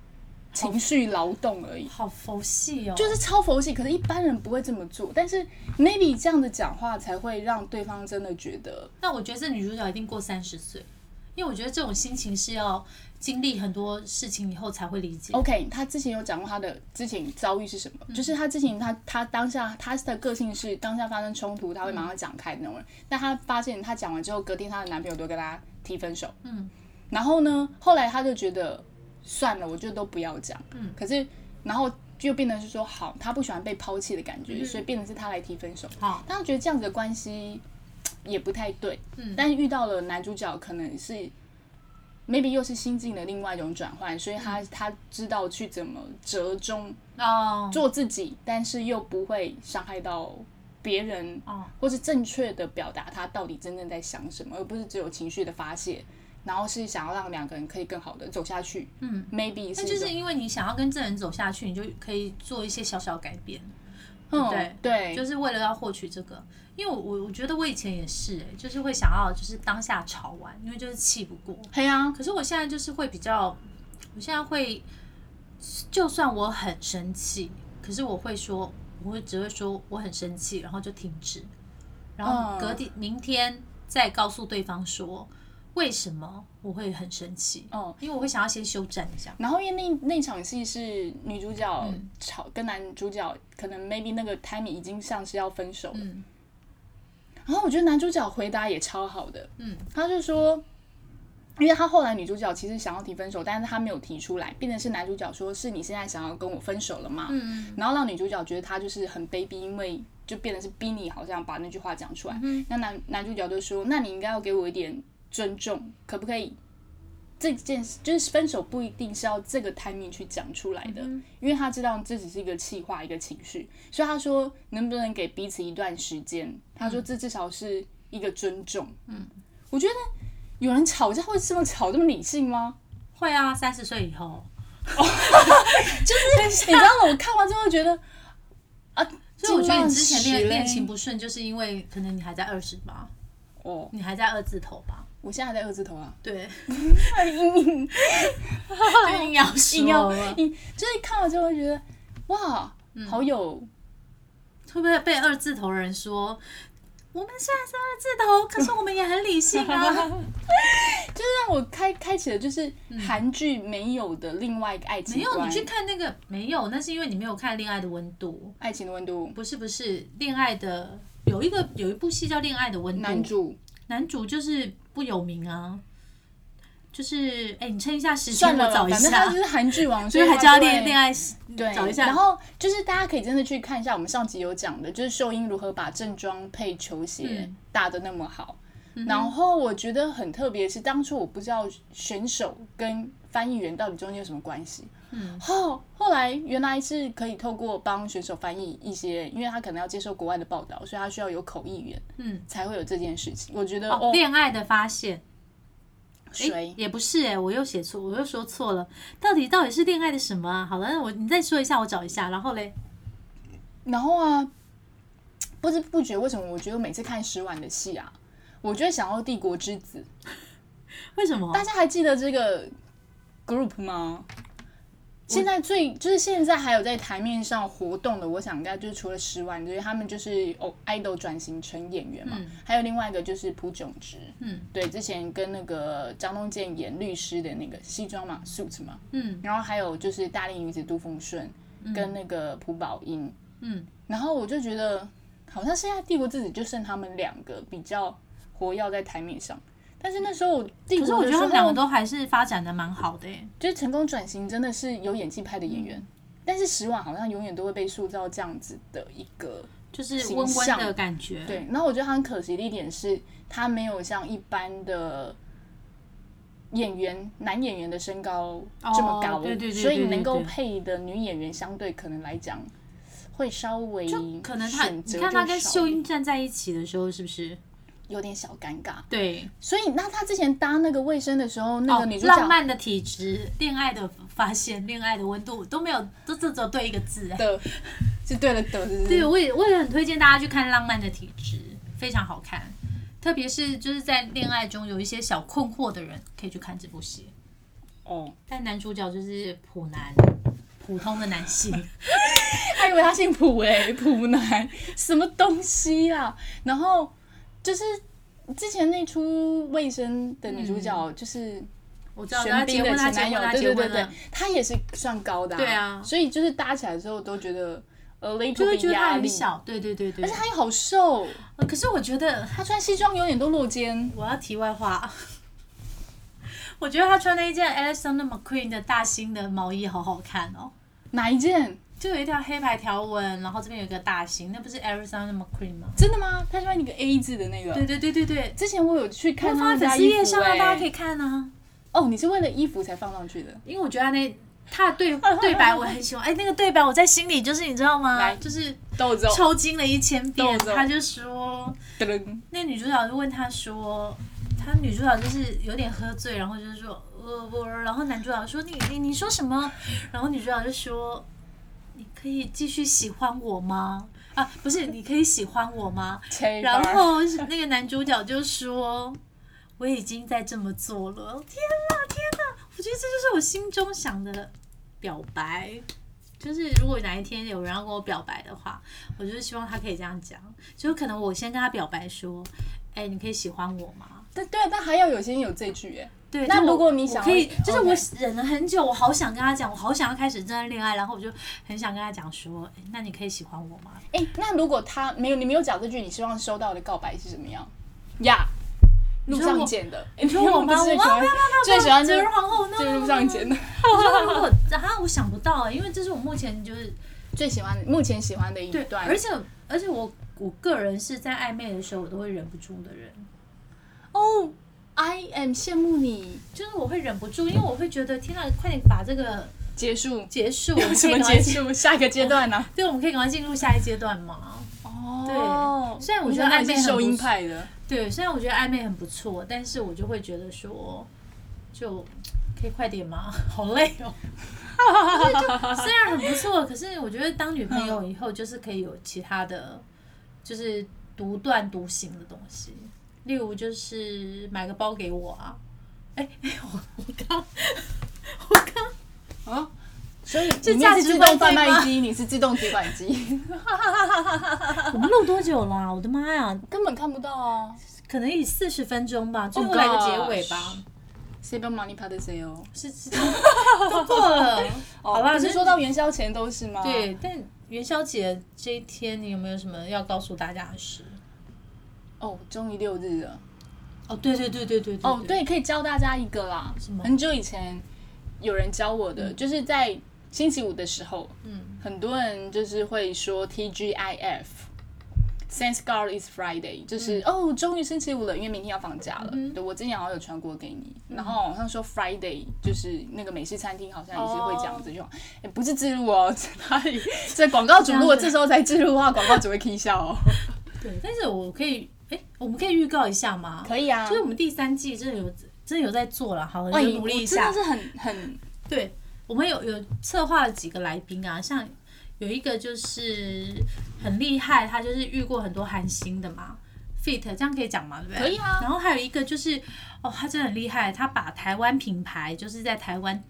Speaker 1: 情绪劳动而已，
Speaker 2: 好佛系哦，
Speaker 1: 就是超佛系。可是一般人不会这么做，但是 maybe 这样的讲话才会让对方真的觉得，
Speaker 2: 但我觉得这女主角一定过三十岁，因为我觉得这种心情是要经历很多事情以后才会理解。
Speaker 1: OK，他之前有讲过他的之前遭遇是什么，就是他之前他他当下他的个性是当下发生冲突他会马上讲开的那种人，但他发现他讲完之后，隔天她的男朋友都跟她提分手，嗯，然后呢，后来她就觉得算了，我就都不要讲，嗯，可是然后就变成是说好，她不喜欢被抛弃的感觉，所以变成是她来提分手，
Speaker 2: 好，
Speaker 1: 但她觉得这样子的关系嘖也不太对，嗯，但遇到了男主角可能是 maybe 又是心境的另外一种转换，所以他、
Speaker 2: 嗯
Speaker 1: 他知道去怎么折中
Speaker 2: 哦，
Speaker 1: 做自己，但是又不会伤害到别人，
Speaker 2: 哦
Speaker 1: 或是正确的表达他到底真正在想什么，而不是只有情绪的发泄，然后是想要让两个人可以更好的走下去。嗯，maybe
Speaker 2: 那
Speaker 1: 是
Speaker 2: 就
Speaker 1: 一
Speaker 2: 是
Speaker 1: 种
Speaker 2: 因为你想要跟这人走下去，你就可以做一些小小改变。对不对？
Speaker 1: 嗯对，
Speaker 2: 就是为了要获取这个，因为我我我觉得我以前也是、欸，就是会想要就是当下吵完，因为就是气不过。
Speaker 1: 黑啊，
Speaker 2: 可是我现在就是会比较，我现在会，就算我很生气，可是我会说，我会只会说我很生气，然后就停止，然后
Speaker 1: 嗯
Speaker 2: 隔天、明天再告诉对方说为什么我会很生气。
Speaker 1: 哦，
Speaker 2: 因为我会想要嗯先修正一下。
Speaker 1: 然后因为那那场戏是女主角吵、跟男主角，可能 maybe 那个 timing 已经像是要分手了。
Speaker 2: 嗯
Speaker 1: 然后我觉得男主角回答也超好的，
Speaker 2: 嗯，
Speaker 1: 他就说，因为他后来女主角其实想要提分手，但是他没有提出来，变成是男主角说是你现在想要跟我分手了吗？
Speaker 2: 嗯
Speaker 1: 然后让女主角觉得他就是很卑鄙，因为就变得是逼你好像把那句话讲出来。
Speaker 2: 嗯
Speaker 1: 那男男主角就说：“那你应该要给我一点尊重，可不可以？”这件事就是分手不一定是要这个 timing 去讲出来
Speaker 2: 嗯
Speaker 1: 的，因为他知道这只是一个气话，一个情绪，所以他说能不能给彼此一段时间？他
Speaker 2: 嗯
Speaker 1: 说这至少是一个尊重。嗯，我觉得有人吵架会这么吵这么理性吗？
Speaker 2: 会啊，三十岁以后，
Speaker 1: 你知道我看完之后觉得啊，
Speaker 2: 所以我觉得你之前
Speaker 1: 尽
Speaker 2: 恋
Speaker 1: 量
Speaker 2: 恋
Speaker 1: 学
Speaker 2: 情
Speaker 1: 嘞
Speaker 2: 不顺，就是因为可能你还在二十吧，
Speaker 1: 哦，
Speaker 2: 你还在二字头吧。
Speaker 1: 我现在还在二字头啊。
Speaker 2: 对， 就硬要说
Speaker 1: 硬要
Speaker 2: 了
Speaker 1: 硬，就是看了之后会觉得哇，
Speaker 2: 嗯
Speaker 1: 好有
Speaker 2: 会不会被二字头人说？我们虽然是二字头，可是我们也很理 性啊。
Speaker 1: 让我开开启了就是韩剧没有的另外一个爱情
Speaker 2: 嗯没有，
Speaker 1: 观
Speaker 2: 你去看那个没有，那是因为你没有看《恋爱的温度
Speaker 1: 爱情的温度》，》。
Speaker 2: 不是不是，恋爱的有一个有一部戏叫《恋爱的温度》，
Speaker 1: 男主
Speaker 2: 男主就是不有名啊，就是哎、你撑一下时间，
Speaker 1: 算
Speaker 2: 我
Speaker 1: 了，
Speaker 2: 找一
Speaker 1: 反正他
Speaker 2: 下
Speaker 1: 就，是韩剧王，
Speaker 2: 所以还
Speaker 1: 他
Speaker 2: 叫他
Speaker 1: 就会
Speaker 2: 恋恋爱
Speaker 1: 对，
Speaker 2: 找一下
Speaker 1: 然后就是大家可以真的去看一下，我们上集有讲的，就是秀英如何把正装配球鞋
Speaker 2: 嗯
Speaker 1: 搭的那么好。然后我觉得很特别，是当初我不知道选手跟翻译员到底中间有什么关系。嗯，后后来原来是可以透过帮选手翻译一些，因为他可能要接受国外的报道，所以他需要有口译员，
Speaker 2: 嗯，
Speaker 1: 才会有这件事情。我觉得
Speaker 2: 哦
Speaker 1: 哦，
Speaker 2: 恋爱的发现。
Speaker 1: 谁、
Speaker 2: 诶也不是哎、我又写错，我又说错了。到底到底是恋爱的什么啊？好了，那我你再说一下，我找一下。然后嘞，
Speaker 1: 然后啊，不知不觉为什么我觉得每次看十晚的戏啊，我就会想到《帝国之子》。
Speaker 2: 为什么？
Speaker 1: 大家还记得这个 group 吗？现在最就是现在还有在台面上活动的，我想应该就是除了十万之外，他们就是哦 idol 转型成演员嘛，还有另外一个就是朴炯植，
Speaker 2: 嗯，
Speaker 1: 对，之前跟那个张东健演律师的那个西装嘛 suit 嘛，
Speaker 2: 嗯，
Speaker 1: 然后还有就是大龄女子杜凤顺跟那个朴宝英，
Speaker 2: 嗯，
Speaker 1: 然后我就觉得好像现在帝国之子就剩他们两个比较活跃在台面上，但是那时候帝国
Speaker 2: 可是我
Speaker 1: 的
Speaker 2: 觉得他们
Speaker 1: 时
Speaker 2: 两
Speaker 1: 候
Speaker 2: 个都还是发展的蛮好的、欸，
Speaker 1: 就是成功转型真的是有演技派的演员，
Speaker 2: 嗯
Speaker 1: 但是石婉好像永远都会被塑造这样子的一个
Speaker 2: 就是
Speaker 1: 形
Speaker 2: 温温
Speaker 1: 象
Speaker 2: 的感觉。，
Speaker 1: 对。然后我觉得他很可惜的一点是，他没有像一般的演员男演员的身高这么高，
Speaker 2: 哦对对对
Speaker 1: 所以
Speaker 2: 对对
Speaker 1: 能够
Speaker 2: 对
Speaker 1: 配的女演员相对可能来讲会稍微
Speaker 2: 就可能他，
Speaker 1: 选
Speaker 2: 你
Speaker 1: 择
Speaker 2: 看他
Speaker 1: 就
Speaker 2: 跟
Speaker 1: 少
Speaker 2: 秀
Speaker 1: 一点
Speaker 2: 英站在一起的时候，是不是？
Speaker 1: 有点小尴尬，
Speaker 2: 对，
Speaker 1: 所以那他之前搭那个卫生的时候，那
Speaker 2: 哦
Speaker 1: 个女，主角、
Speaker 2: 浪漫的体质、恋爱的发现、恋爱的温度都没有，都这只有对一个字、欸。
Speaker 1: 的是对了的，是不是
Speaker 2: 对，我也我也很推荐大家去看《浪漫的体质》，非常好看。特别是就是在恋爱中有一些小困惑的人，可以去看这部戏。
Speaker 1: 哦，
Speaker 2: 但男主角就是普男，普通的 男性。
Speaker 1: 他以为他姓普哎、普男什么东西啊？然后就是之前那出卫生的
Speaker 2: 嗯
Speaker 1: 女主角，就是
Speaker 2: 我知道他
Speaker 1: 玄
Speaker 2: 结
Speaker 1: 彬的
Speaker 2: 婚，他
Speaker 1: 前
Speaker 2: 结
Speaker 1: 男友，
Speaker 2: 婚，他
Speaker 1: 对
Speaker 2: 结
Speaker 1: 对
Speaker 2: 婚
Speaker 1: 对对
Speaker 2: 了，，
Speaker 1: 她也是算高的、
Speaker 2: 对啊
Speaker 1: 所以就是搭起来之后都觉得呃 little
Speaker 2: 就会
Speaker 1: bit
Speaker 2: 觉得他
Speaker 1: 压
Speaker 2: 很
Speaker 1: 力，
Speaker 2: 小。对对对对
Speaker 1: 而且。她又好瘦，
Speaker 2: 呃可是我觉得
Speaker 1: 她穿西装有点都露肩，
Speaker 2: 我要题外话， 我觉得他穿那一件 Alexander McQueen 的大型的毛衣好好看哦，
Speaker 1: 哪一件？
Speaker 2: 就有一条黑白条纹，然后这边有一个大型，那不是 Alexander McQueen 吗？
Speaker 1: 真的吗？她穿一个 A 字的那个。
Speaker 2: 对对对对对，
Speaker 1: 之前我有去看
Speaker 2: 我
Speaker 1: 他
Speaker 2: 放
Speaker 1: 们
Speaker 2: 在
Speaker 1: 家
Speaker 2: 粉丝
Speaker 1: 衣
Speaker 2: 页
Speaker 1: 服、
Speaker 2: 上让大家可
Speaker 1: 欸，
Speaker 2: 以看啊，
Speaker 1: 哦，你是为了衣服才放上去的？
Speaker 2: 因为我觉得他那他 的对对白我很喜欢，哎、那个对白我在心里就是你知道吗？
Speaker 1: 来
Speaker 2: 就是
Speaker 1: 豆 子
Speaker 2: 抽筋了一千遍，
Speaker 1: 豆子哦
Speaker 2: 他就说。
Speaker 1: 噔，
Speaker 2: 那女主角就问他说，他女主角就是有点喝醉，然后就是说呃我，然后男主角说你你你说什么？然后女主角就说你可以继续喜欢我吗？啊，不是，你可以喜欢我吗？
Speaker 1: 切一半
Speaker 2: 然 后是那个男主角就说：“我已经在这么做了。”天哪，天哪！我觉得这就是我心中想的表白。就是如果哪一天有人要跟我表白的话，我就是希望他可以这样讲。就可能我先跟他表白说：“哎、你可以喜欢我吗
Speaker 1: 但对啊，但还要有些人有这句哎，？”
Speaker 2: 对，
Speaker 1: 那
Speaker 2: 就我
Speaker 1: 如果你
Speaker 2: 我
Speaker 1: 想要
Speaker 2: 可以，就是我
Speaker 1: OK
Speaker 2: 忍了很久，我好想跟他讲，我好想要开始这段恋爱，然后我就很想跟他讲说，哎、那你可以喜欢我吗？
Speaker 1: 哎、那如果他没有你没有讲这句，你希望收到的告白是什么样？呀、路
Speaker 2: 你说我
Speaker 1: 上见的，
Speaker 2: 你说我吗？
Speaker 1: 不
Speaker 2: 我
Speaker 1: 是
Speaker 2: 没有
Speaker 1: 最
Speaker 2: 没
Speaker 1: 喜
Speaker 2: 有
Speaker 1: 欢最喜欢
Speaker 2: 没有，
Speaker 1: 就
Speaker 2: 就是是皇后，no，
Speaker 1: 就是
Speaker 2: no，no，
Speaker 1: 路上见的，
Speaker 2: 我说如果啊，我想不到哎、因为这是我目前就是
Speaker 1: 最喜欢目前喜欢的一
Speaker 2: 对，
Speaker 1: 段，
Speaker 2: 而且而且我我个人是在暧昧的时候，我都会忍不住的人，
Speaker 1: 哦，I am 羡慕你
Speaker 2: 就是我会忍不住，因为我会觉得天哪，快点把这个
Speaker 1: 结束，
Speaker 2: 结束，我们可
Speaker 1: 什
Speaker 2: 以
Speaker 1: 么
Speaker 2: 赶快
Speaker 1: 结
Speaker 2: 进，
Speaker 1: 束？下一个阶段呢、
Speaker 2: 对，我们可以赶快进入下一阶段嘛。
Speaker 1: 哦，
Speaker 2: 对虽然我觉得
Speaker 1: 你真的
Speaker 2: 暧昧
Speaker 1: 是
Speaker 2: 很
Speaker 1: 收
Speaker 2: 不
Speaker 1: 音
Speaker 2: 错
Speaker 1: 派的，
Speaker 2: 对，虽然我觉得暧昧很不错，但是我就会觉得说，就可以快点吗？ 好累哦。就是就虽然很不错，可是我觉得当女朋友以后，就是可以有其他的，就是独断独行的东西，例如就是买个包给我啊。哎、哎，我我刚
Speaker 1: 啊，所以
Speaker 2: 这
Speaker 1: 你
Speaker 2: 价
Speaker 1: 是
Speaker 2: 值
Speaker 1: 自
Speaker 2: 观
Speaker 1: 动贩
Speaker 2: 对
Speaker 1: 卖
Speaker 2: 吗
Speaker 1: 机，你是自动提款机，
Speaker 2: 我们录多久啦、我的妈呀，
Speaker 1: 根本看不到啊。
Speaker 2: 可能也四十分钟吧，最
Speaker 1: Oh
Speaker 2: 后来个结尾吧。
Speaker 1: 谁帮忙你拍的谁哦？
Speaker 2: 是是， 都过 了。好啦，
Speaker 1: 不是
Speaker 2: 那
Speaker 1: 说到元宵前都是吗？，
Speaker 2: 对，但元宵节这一天，你有没有什么要告诉大家的事？
Speaker 1: 哦，终于六日了。
Speaker 2: 哦，对对对对对
Speaker 1: 哦，，对，可以教大家一个啦
Speaker 2: 什么。
Speaker 1: 很久以前有人教我的，就是在星期五的时候，
Speaker 2: 嗯，
Speaker 1: 很多人就是会说 TGIF。Thanks God it's Friday，就是、
Speaker 2: 嗯
Speaker 1: 哦，终于星期五了，因为明天要放假了。对我之前好像有传过给
Speaker 2: 嗯
Speaker 1: 你，然后好像说 Friday，就是那个美式餐厅好像也是会讲这句
Speaker 2: 哦
Speaker 1: 话，哎、不是自录哦， 在哪里？这广告主如果这时候才自录的话，广告主会 k 笑哦。
Speaker 2: 对。但是我可以，哎，我们可以预告一下吗？
Speaker 1: 可以啊
Speaker 2: 就是我们第三季真的有真的有在做了，好，哎我
Speaker 1: 哇，
Speaker 2: 们
Speaker 1: 你
Speaker 2: 努力一
Speaker 1: 真
Speaker 2: 下
Speaker 1: 的。是很很
Speaker 2: 对，我们有有策划了几个来宾啊，像有一个就是很厉害，他就是遇过很多韩星的嘛。fit 这样可以讲吗？对不对？
Speaker 1: 可以啊
Speaker 2: 然后还有一个就是，哦，他真的很厉害，他把台湾品牌就是在台湾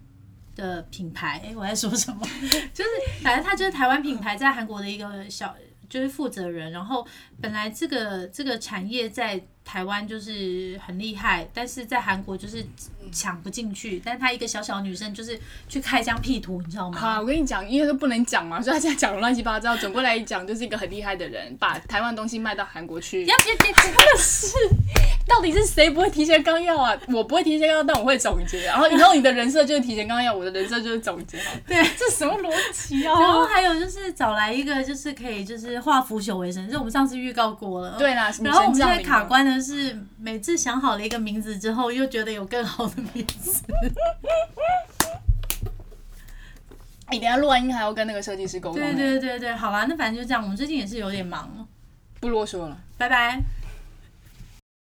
Speaker 2: 的品牌，哎，我在说什么？ 就是反正他就是台湾品牌在韩国的一个小就是负责人，然后本来这个这个产业在台湾就是很厉害，但是在韩国就是抢不进去，但她一个小小的女生就是去开疆辟土，你知道吗？
Speaker 1: 好，我跟你讲，因为都不能讲嘛，所以 他现在讲得乱七八糟。总归来讲，就是一个很厉害的人，把台湾东西卖到韩国去。
Speaker 2: 呀呀呀！
Speaker 1: 到底是谁不会提前纲要啊？我不会提前纲要，但我会总结。然后以后你的人设就是提前纲要，我的人设就是总结。
Speaker 2: 对，
Speaker 1: 这什么逻辑
Speaker 2: 然后
Speaker 1: 啊？
Speaker 2: 还有就是找来一个就是可以就是化腐朽为神，这我们上次预告过了。。
Speaker 1: 对啦，
Speaker 2: 然后我
Speaker 1: 女神
Speaker 2: 们现
Speaker 1: 降
Speaker 2: 在
Speaker 1: 临
Speaker 2: 卡
Speaker 1: 了。
Speaker 2: 关的是，每次想好了一个名字之后，又觉得有更好的名字。
Speaker 1: 你等一下录完音还要跟那个设计师沟通。欸
Speaker 2: 对，对对对，好啦，那反正就这样，我们最近也是有点忙，
Speaker 1: 不啰嗦了。
Speaker 2: 拜拜。